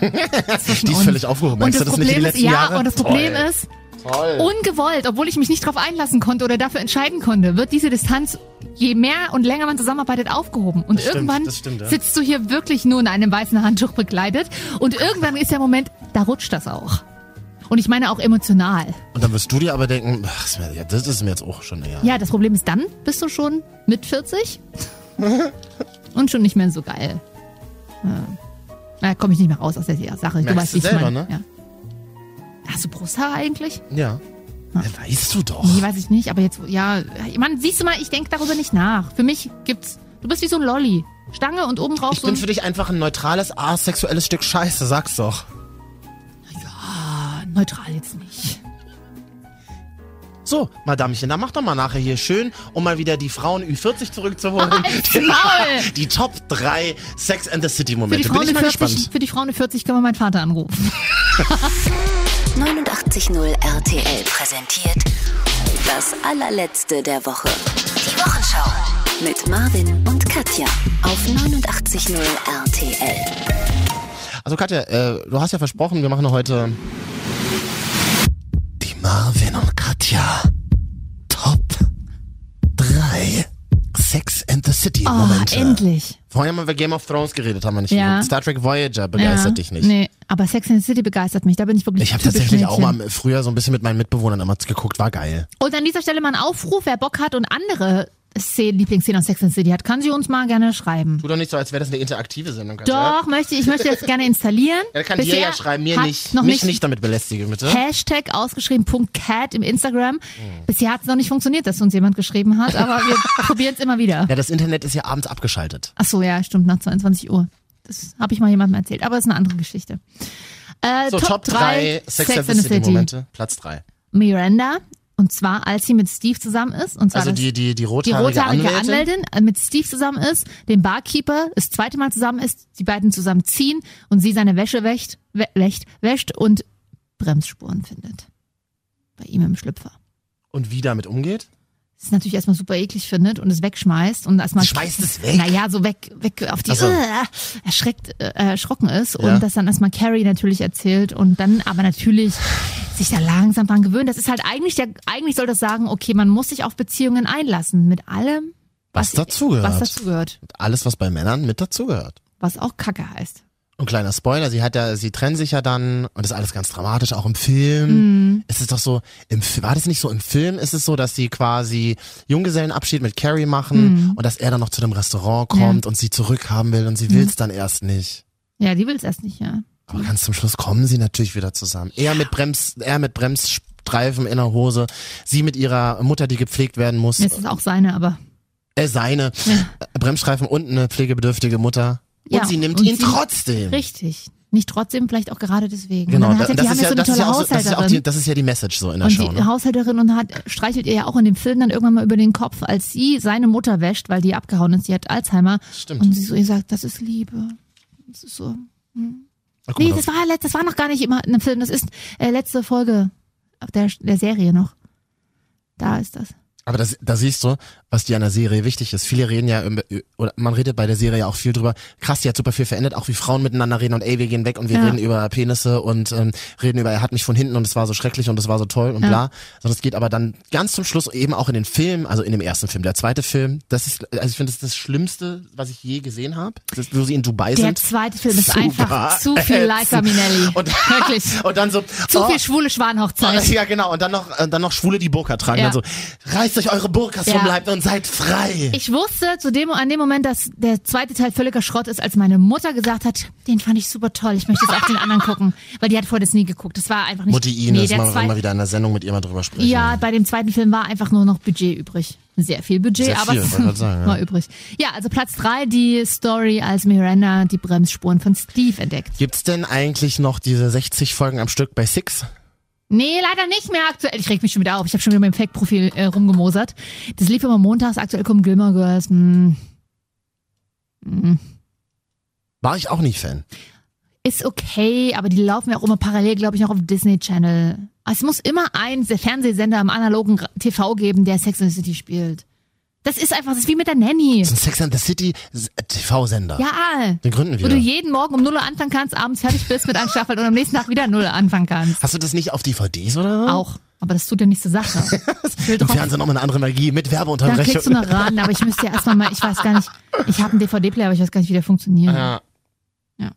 [SPEAKER 8] Die ist völlig aufgehoben.
[SPEAKER 1] Und
[SPEAKER 8] Meinst du
[SPEAKER 1] das
[SPEAKER 8] das nicht in die
[SPEAKER 1] Problem ist,
[SPEAKER 8] letzten
[SPEAKER 1] ja,
[SPEAKER 8] Jahre?
[SPEAKER 1] und das Problem ist, ungewollt, obwohl ich mich nicht drauf einlassen konnte oder dafür entscheiden konnte, wird diese Distanz, je mehr und länger man zusammenarbeitet, aufgehoben. Und
[SPEAKER 8] stimmt,
[SPEAKER 1] irgendwann
[SPEAKER 8] das stimmt, ja.
[SPEAKER 1] sitzt du hier wirklich nur in einem weißen Handtuch begleitet und irgendwann ist der Moment, da rutscht das auch. Und ich meine auch emotional.
[SPEAKER 8] Und dann wirst du dir aber denken, ach, ist mir- ja, das ist mir jetzt auch schon egal.
[SPEAKER 1] Ja, das Problem ist, dann bist du schon mit 40 und schon nicht mehr so geil. Ja. Da komme ich nicht mehr raus aus der Sache.
[SPEAKER 8] Merkst
[SPEAKER 1] du weißt,
[SPEAKER 8] du
[SPEAKER 1] wie ich
[SPEAKER 8] selber,
[SPEAKER 1] meine.
[SPEAKER 8] ne?
[SPEAKER 1] Ja. Hast du Brusthaar eigentlich?
[SPEAKER 8] Ja. ja. Weißt du doch.
[SPEAKER 1] Nee, weiß ich nicht, aber jetzt, ja, man, siehst du mal, ich denke darüber nicht nach. Für mich gibt's, du bist wie so ein Lolli. Stange und obendrauf
[SPEAKER 8] Ich
[SPEAKER 1] so ein,
[SPEAKER 8] bin für dich einfach ein neutrales, asexuelles Stück Scheiße, sag's doch.
[SPEAKER 1] Ah, neutral jetzt nicht.
[SPEAKER 8] So, Madamechen, dann mach doch mal nachher hier schön, um mal wieder die Frauen Ü40 zurückzuholen. die,
[SPEAKER 1] Maul!
[SPEAKER 8] die Top 3 Sex and the City
[SPEAKER 1] Für die,
[SPEAKER 8] Momente. Bin
[SPEAKER 1] Frauen
[SPEAKER 8] ich
[SPEAKER 1] in
[SPEAKER 8] mal
[SPEAKER 1] 40,
[SPEAKER 8] gespannt.
[SPEAKER 1] für die Frauen in 40 können wir meinen Vater anrufen.
[SPEAKER 10] 89.0 RTL präsentiert das allerletzte der Woche. Die Wochenschau. Mit Marvin und Katja. Auf 89.0 RTL.
[SPEAKER 8] Also Katja, äh, du hast ja versprochen, wir machen heute die Marvin und Katja Top 3 Sex and the City
[SPEAKER 1] Oh,
[SPEAKER 8] Momente.
[SPEAKER 1] endlich.
[SPEAKER 8] Vorher haben wir über Game of Thrones geredet, haben wir nicht.
[SPEAKER 1] Ja.
[SPEAKER 8] gemacht. Star Trek Voyager begeistert
[SPEAKER 1] ja,
[SPEAKER 8] dich nicht.
[SPEAKER 1] Nee, aber Sex in the City begeistert mich. Da bin ich wirklich
[SPEAKER 8] Ich habe
[SPEAKER 1] typisch
[SPEAKER 8] tatsächlich auch
[SPEAKER 1] Mädchen.
[SPEAKER 8] mal früher so ein bisschen mit meinen Mitbewohnern immer geguckt, war geil.
[SPEAKER 1] Und an dieser Stelle mal ein Aufruf, wer Bock hat und andere Szenen, Lieblingsszenen aus Sex in the City hat, kann sie uns mal gerne schreiben.
[SPEAKER 8] Tu doch nicht so, als wäre das eine interaktive Sendung. Katja.
[SPEAKER 1] Doch, möchte, ich möchte das gerne installieren.
[SPEAKER 8] Er kann
[SPEAKER 1] Bisher
[SPEAKER 8] dir ja schreiben, mir
[SPEAKER 1] hat
[SPEAKER 8] nicht.
[SPEAKER 1] Noch
[SPEAKER 8] Mich
[SPEAKER 1] nicht,
[SPEAKER 8] nicht ne? damit belästige, bitte.
[SPEAKER 1] Hashtag ausgeschrieben Punkt Cat im Instagram.
[SPEAKER 8] Hm.
[SPEAKER 1] Bisher hat es noch nicht funktioniert, dass uns jemand geschrieben hat, aber wir probieren es immer wieder.
[SPEAKER 8] Ja, das Internet ist ja abends abgeschaltet.
[SPEAKER 1] Ach so, ja, stimmt, nach 22 Uhr. Das habe ich mal jemandem erzählt, aber ist eine andere Geschichte. Äh,
[SPEAKER 8] So, Top, drei 3 Sex, and the City Momente. Platz 3.
[SPEAKER 1] Miranda, und zwar als sie mit Steve zusammen ist. Und zwar
[SPEAKER 8] Also
[SPEAKER 1] das-
[SPEAKER 8] die, die, die
[SPEAKER 1] die
[SPEAKER 8] rothaarige,
[SPEAKER 1] rothaarige
[SPEAKER 8] Anwältin.
[SPEAKER 1] Anwältin äh, mit Steve zusammen ist, den Barkeeper das zweite Mal zusammen ist, die beiden zusammen ziehen und sie seine Wäsche wäscht, wä- wäscht, wäscht und Bremsspuren findet. Bei ihm im Schlüpfer.
[SPEAKER 8] Und wie damit umgeht?
[SPEAKER 1] Das ist natürlich erstmal super eklig findet und es wegschmeißt und erstmal
[SPEAKER 8] Sie schmeißt es weg?
[SPEAKER 1] Naja, so weg, weg auf die
[SPEAKER 8] Ach so.
[SPEAKER 1] äh, erschreckt, äh, erschrocken ist
[SPEAKER 8] Ja.
[SPEAKER 1] und das dann erstmal Carrie natürlich erzählt und dann aber natürlich sich da langsam dran gewöhnt. Das ist halt eigentlich der, eigentlich soll das sagen, okay, man muss sich auf Beziehungen einlassen mit allem,
[SPEAKER 8] Was dazugehört.
[SPEAKER 1] was dazugehört.
[SPEAKER 8] Alles, was bei Männern mit dazugehört.
[SPEAKER 1] was auch Kacke heißt.
[SPEAKER 8] Und kleiner Spoiler, sie hat ja, sie trennen sich ja dann und das ist alles ganz dramatisch, auch im
[SPEAKER 1] Mhm.
[SPEAKER 8] Film. Es ist doch so, im, Fi- war das nicht so, im Film ist es so, dass sie quasi Junggesellenabschied mit Carrie machen
[SPEAKER 1] Mhm.
[SPEAKER 8] und dass er dann noch zu dem Restaurant kommt und sie zurückhaben will und sie
[SPEAKER 1] Mhm.
[SPEAKER 8] will's dann erst nicht.
[SPEAKER 1] Ja, die will es erst nicht, ja.
[SPEAKER 8] Aber ganz zum Schluss kommen sie natürlich wieder zusammen. Er mit Brems, er mit Bremsstreifen in der Hose, sie mit ihrer Mutter, die gepflegt werden muss,
[SPEAKER 1] Es ist auch seine, aber.
[SPEAKER 8] äh, seine äh, Bremsstreifen und eine pflegebedürftige Mutter. Und
[SPEAKER 1] Ja,
[SPEAKER 8] sie nimmt
[SPEAKER 1] und
[SPEAKER 8] ihn
[SPEAKER 1] sie-
[SPEAKER 8] trotzdem.
[SPEAKER 1] Richtig. Nicht trotzdem, vielleicht auch gerade deswegen.
[SPEAKER 8] Genau,
[SPEAKER 1] und dann
[SPEAKER 8] da-
[SPEAKER 1] hat ja, die
[SPEAKER 8] das
[SPEAKER 1] haben
[SPEAKER 8] ist
[SPEAKER 1] ja
[SPEAKER 8] ja
[SPEAKER 1] so eine
[SPEAKER 8] das ist
[SPEAKER 1] tolle
[SPEAKER 8] ja auch so- das ist ja auch die-
[SPEAKER 1] Haushälterin.
[SPEAKER 8] das ist ja die Message so in der
[SPEAKER 1] Und
[SPEAKER 8] Show.
[SPEAKER 1] die
[SPEAKER 8] Ne?
[SPEAKER 1] Haushälterin und hat, streichelt ihr ja auch in dem Film dann irgendwann mal über den Kopf, als sie seine Mutter wäscht, weil die abgehauen ist, die hat Alzheimer.
[SPEAKER 8] Stimmt.
[SPEAKER 1] Und sie so ihr sagt, das ist Liebe. Das ist so.
[SPEAKER 8] Na, guck
[SPEAKER 1] Nee,
[SPEAKER 8] mal,
[SPEAKER 1] das war, letzt- das war noch gar nicht immer ein Film. Das ist äh, letzte Folge der, der Serie noch. Da ist das.
[SPEAKER 8] Aber das, da siehst du, was dir an der Serie wichtig ist. Viele reden ja, im- oder man redet bei der Serie ja auch viel drüber. Krass, die hat super viel verändert, auch wie Frauen miteinander reden und ey, wir gehen weg und wir
[SPEAKER 1] Ja.
[SPEAKER 8] reden über Penisse und ähm, reden über, er hat mich von hinten und es war so schrecklich und es war so toll und bla. Sondern es geht aber dann ganz zum Schluss eben auch in den Film, also in dem ersten Film. Der zweite Film, das ist, also ich finde, das ist das Schlimmste, was ich je gesehen habe. Das ist, Wo sie in Dubai
[SPEAKER 1] Der
[SPEAKER 8] sind.
[SPEAKER 1] zweite Film ist
[SPEAKER 8] Super
[SPEAKER 1] einfach zu viel Leica
[SPEAKER 8] ätzend.
[SPEAKER 1] Minelli.
[SPEAKER 8] Und-
[SPEAKER 1] Wirklich.
[SPEAKER 8] Und dann so,
[SPEAKER 1] Zu
[SPEAKER 8] oh,
[SPEAKER 1] viel schwule Schwanhochzeit.
[SPEAKER 8] Ja, genau. Und dann noch, äh, dann noch Schwule, die Burka tragen.
[SPEAKER 1] Ja.
[SPEAKER 8] Dann so, reißt euch eure Burkas
[SPEAKER 1] Ja.
[SPEAKER 8] vom Leib und seid frei.
[SPEAKER 1] Ich wusste zu dem, an dem Moment, dass der zweite Teil völliger Schrott ist, als meine Mutter gesagt hat, den fand ich super toll, ich möchte jetzt auch den anderen gucken. Weil die hat vorher das nie geguckt. Das war einfach nicht...
[SPEAKER 8] Mutti Ines,
[SPEAKER 1] der
[SPEAKER 8] mal,
[SPEAKER 1] zweite-
[SPEAKER 8] mal wieder in der Sendung mit ihr mal drüber sprechen.
[SPEAKER 1] Ja, bei dem zweiten Film war einfach nur noch Budget übrig. Sehr viel Budget,
[SPEAKER 8] Sehr
[SPEAKER 1] aber
[SPEAKER 8] viel,
[SPEAKER 1] es
[SPEAKER 8] wollte gerade sagen, ja.
[SPEAKER 1] war übrig. Ja, also Platz drei die Story, als Miranda die Bremsspuren von Steve entdeckt.
[SPEAKER 8] Gibt's denn eigentlich noch diese 60 Folgen am Stück bei Six?
[SPEAKER 1] Nee, leider nicht mehr aktuell. Ich reg mich schon wieder auf. Ich habe schon wieder mein Fake-Profil äh, rumgemosert. Das lief immer montags. Aktuell kommen Gilmore Girls. Hm.
[SPEAKER 8] War ich auch nicht Fan.
[SPEAKER 1] Ist okay, aber die laufen ja auch immer parallel, glaube ich, noch auf Disney Channel. Es muss immer einen Fernsehsender im analogen Ra- TV geben, der Sex and the City spielt. Das ist einfach, das ist wie mit der Nanny.
[SPEAKER 8] Das ist ein Sex and the City äh, TV-Sender.
[SPEAKER 1] Ja,
[SPEAKER 8] Den gründen
[SPEAKER 1] wo du
[SPEAKER 8] wir.
[SPEAKER 1] jeden Morgen um 0 Uhr anfangen kannst, abends fertig bist mit einem Staffel und am nächsten Tag wieder 0 Uhr anfangen kannst.
[SPEAKER 8] Hast du das nicht auf DVDs oder so?
[SPEAKER 1] Auch. Aber das tut ja nichts zur Sache. Will
[SPEAKER 8] Im
[SPEAKER 1] drauf-
[SPEAKER 8] Fernsehen nochmal eine andere Magie mit
[SPEAKER 1] Da klickst du
[SPEAKER 8] Werbeunterbrechung.
[SPEAKER 1] noch ran, aber ich müsste ja erstmal mal, ich weiß gar nicht, ich habe einen DVD-Player, aber ich weiß gar nicht, wie der funktioniert.
[SPEAKER 8] Ja.
[SPEAKER 1] Ja.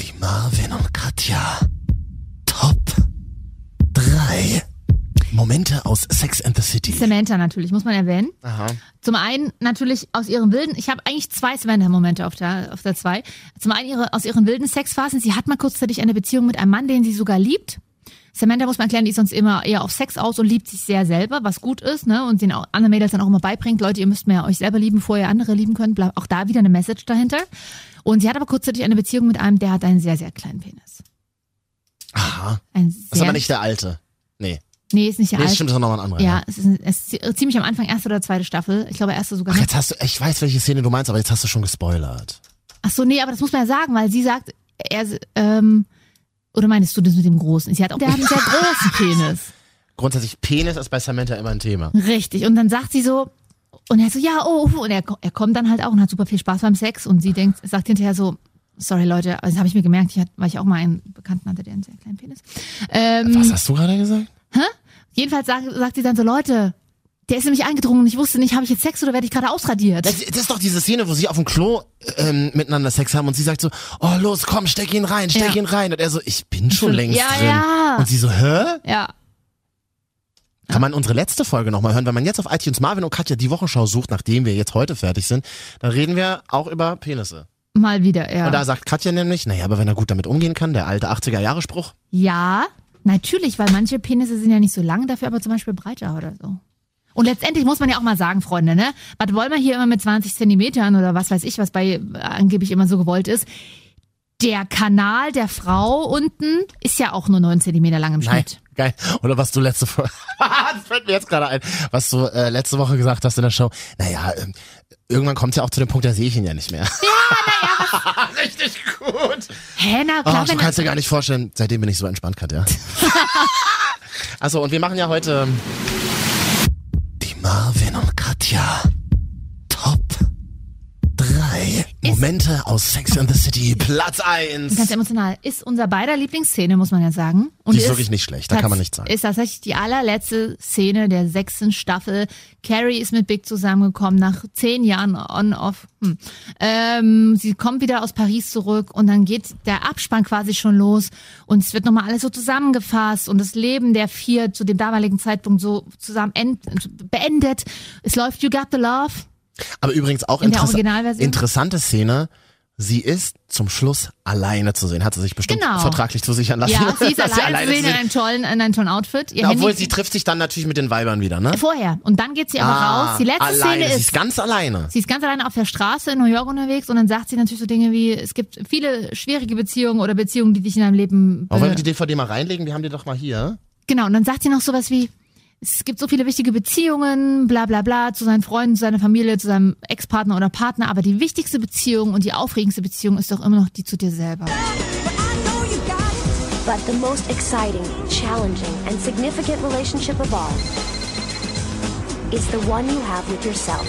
[SPEAKER 8] Die Marvin und Katja. Top 3 Momente aus Sex and the City.
[SPEAKER 1] Samantha natürlich, muss man erwähnen.
[SPEAKER 8] Aha.
[SPEAKER 1] Zum einen natürlich aus ihren wilden, ich habe eigentlich zwei Samantha-Momente auf der, auf der zwei. Zum einen ihre, aus ihren wilden Sexphasen. Sie hat mal kurzzeitig eine Beziehung mit einem Mann, den sie sogar liebt. Samantha muss man erklären, die ist sonst immer eher auf Sex aus und liebt sich sehr selber, was gut ist, ne? Und den auch anderen Mädels dann auch immer beibringt, Leute, ihr müsst mehr euch selber lieben, bevor ihr andere lieben könnt. Bla, auch da wieder eine Message dahinter. Und sie hat aber kurzzeitig eine Beziehung mit einem, der hat einen sehr, sehr kleinen Penis.
[SPEAKER 8] Aha.
[SPEAKER 1] Ein
[SPEAKER 8] Das ist
[SPEAKER 1] sehr-
[SPEAKER 8] aber nicht der alte. Nee.
[SPEAKER 1] Nee, ist nicht der
[SPEAKER 8] Nee, das
[SPEAKER 1] alte.
[SPEAKER 8] stimmt, das ist nochmal ein anderer.
[SPEAKER 1] Ja, es ist, es ist ziemlich am Anfang, erste oder zweite Staffel. Ich glaube, erste sogar.
[SPEAKER 8] Ach, jetzt hast du, ich weiß, welche Szene du meinst, aber jetzt hast du schon gespoilert.
[SPEAKER 1] Ach so, nee, aber das muss man ja sagen, weil sie sagt, er, ähm, oder meinst du das mit dem Großen? Sie hat auch, der hat einen sehr großen Penis.
[SPEAKER 8] Grundsätzlich, Penis ist bei Samantha immer ein Thema.
[SPEAKER 1] Richtig. Und dann sagt sie so, und er so, ja, oh, oh. und er, ko- er kommt dann halt auch und hat super viel Spaß beim Sex und sie denkt, sagt hinterher so, sorry Leute, aber das habe ich mir gemerkt, ich hatte, weil ich auch mal einen Bekannten hatte, der einen sehr kleinen Penis. Ähm,
[SPEAKER 8] Was hast du gerade gesagt?
[SPEAKER 1] Jedenfalls sagt, sagt sie dann so, Leute, der ist nämlich eingedrungen und ich wusste nicht, habe ich jetzt Sex oder werde ich gerade ausradiert?
[SPEAKER 8] Das, das ist doch diese Szene, wo sie auf dem Klo ähm, miteinander Sex haben und sie sagt so, oh los, komm, steck ihn rein,
[SPEAKER 1] Ja.
[SPEAKER 8] steck ihn rein. Und er so, ich bin schon
[SPEAKER 1] Schon-
[SPEAKER 8] längst
[SPEAKER 1] Ja,
[SPEAKER 8] drin.
[SPEAKER 1] ja.
[SPEAKER 8] Und sie so, hä?
[SPEAKER 1] ja.
[SPEAKER 8] Kann man unsere letzte Folge nochmal hören? Wenn man jetzt auf iTunes Marvin und Katja die Wochenschau sucht, nachdem wir jetzt heute fertig sind, dann reden wir auch über Penisse.
[SPEAKER 1] Mal wieder, ja.
[SPEAKER 8] Und da sagt Katja nämlich, naja, aber wenn er gut damit umgehen kann, der alte 80er-Jahre-Spruch.
[SPEAKER 1] Ja, natürlich, weil manche Penisse sind ja nicht so lang, dafür aber zum Beispiel breiter oder so. Und letztendlich muss man ja auch mal sagen, Freunde, ne? Was wollen wir hier immer mit 20 Zentimetern oder was weiß ich, was bei äh, angeblich immer so gewollt ist? Der Kanal der Frau unten ist ja auch nur 9 Zentimeter lang im
[SPEAKER 8] Nein,
[SPEAKER 1] Schnitt.
[SPEAKER 8] geil. Oder was du letzte Woche, das fällt mir jetzt gerade ein, was du äh, letzte Woche gesagt hast in der Show. Naja, ähm, irgendwann kommt ja auch zu dem Punkt, da sehe ich ihn ja nicht mehr. Richtig gut.
[SPEAKER 1] Hä, na
[SPEAKER 8] Oh,
[SPEAKER 1] klar,
[SPEAKER 8] du
[SPEAKER 1] wenn
[SPEAKER 8] kannst dir gar nicht vorstellen, seitdem bin ich so entspannt, Katja. also, und wir machen ja heute die Marvin und Katja Top 3 Momente aus Sex and the City, Platz 1.
[SPEAKER 1] Ganz emotional. Ist unser beider Lieblingsszene, muss man ja sagen. Und
[SPEAKER 8] Die ist wirklich nicht schlecht, da kann man nichts sagen.
[SPEAKER 1] Ist tatsächlich die allerletzte Szene der sechsten Staffel. Carrie ist mit Big zusammengekommen nach zehn Jahren on-off. Hm. Ähm, sie kommt wieder aus Paris zurück und dann geht der Abspann quasi schon los und es wird nochmal alles so zusammengefasst und das Leben der vier zu dem damaligen Zeitpunkt so zusammen end beendet. Es läuft You Got the Love.
[SPEAKER 8] Aber übrigens auch
[SPEAKER 1] In der
[SPEAKER 8] interess
[SPEAKER 1] Originalversion?
[SPEAKER 8] interessante Szene. Sie ist zum Schluss alleine zu sehen. Hat sie sich bestimmt
[SPEAKER 1] Genau.
[SPEAKER 8] vertraglich zusichern lassen.
[SPEAKER 1] Ja, sie ist
[SPEAKER 8] dass
[SPEAKER 1] alleine zu sehen in
[SPEAKER 8] zu
[SPEAKER 1] einem tollen, in einem tollen Outfit. Ihr
[SPEAKER 8] Na,
[SPEAKER 1] Handy-
[SPEAKER 8] obwohl sie trifft sich dann natürlich mit den Weibern wieder, ne?
[SPEAKER 1] Vorher. Und dann geht sie aber
[SPEAKER 8] Ah,
[SPEAKER 1] raus. Die letzte
[SPEAKER 8] alleine.
[SPEAKER 1] Szene
[SPEAKER 8] sie
[SPEAKER 1] ist.
[SPEAKER 8] ist ganz alleine.
[SPEAKER 1] Sie ist ganz alleine auf der Straße in New York unterwegs und dann sagt sie natürlich so Dinge wie, es gibt viele schwierige Beziehungen oder Beziehungen, die dich in deinem Leben...
[SPEAKER 8] Aber wollen wir
[SPEAKER 1] be-
[SPEAKER 8] die DVD mal reinlegen? Wir haben die doch mal hier.
[SPEAKER 1] genau, und dann sagt sie noch sowas wie, es gibt so viele wichtige Beziehungen, bla bla bla, zu seinen Freunden, zu seiner Familie, zu seinem Ex-Partner oder Partner, aber die wichtigste Beziehung und die aufregendste Beziehung ist doch immer noch die zu dir selber.
[SPEAKER 13] But the most exciting, challenging, and significant relationship of all is the one you have with yourself.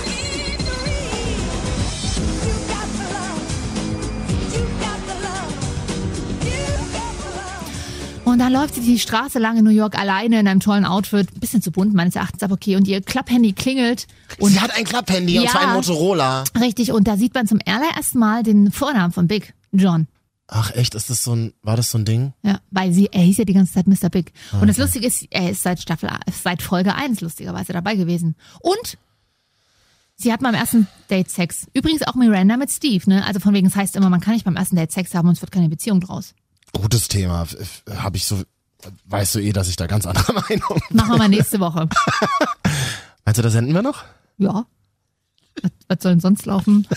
[SPEAKER 1] Und dann läuft sie die Straße lang in New York alleine in einem tollen Outfit, ein bisschen zu bunt meines Erachtens, aber okay, und ihr Klapphandy klingelt und
[SPEAKER 8] sie hat ein Klapphandy und
[SPEAKER 1] Ja.
[SPEAKER 8] zwar ein Motorola.
[SPEAKER 1] Richtig, und da sieht man zum allerersten Mal den Vornamen von Big, John.
[SPEAKER 8] Ach echt, ist das so ein, war das so ein Ding?
[SPEAKER 1] Ja, weil sie, er hieß ja die ganze Zeit Mr. Big. Und das Lustige ist, er ist seit Staffel, seit Folge 1 lustigerweise dabei gewesen. Und sie hat beim ersten Date Sex. Übrigens auch Miranda mit Steve, ne? Also von wegen, es heißt immer, man kann nicht beim ersten Date Sex haben und es wird keine Beziehung draus.
[SPEAKER 8] Gutes Thema. F- Hab ich so, weißt du eh, dass ich da ganz anderer Meinung bin.
[SPEAKER 1] Machen wir mal nächste Woche.
[SPEAKER 8] Meinst du, das senden wir noch?
[SPEAKER 1] Ja. Was, was soll denn sonst laufen?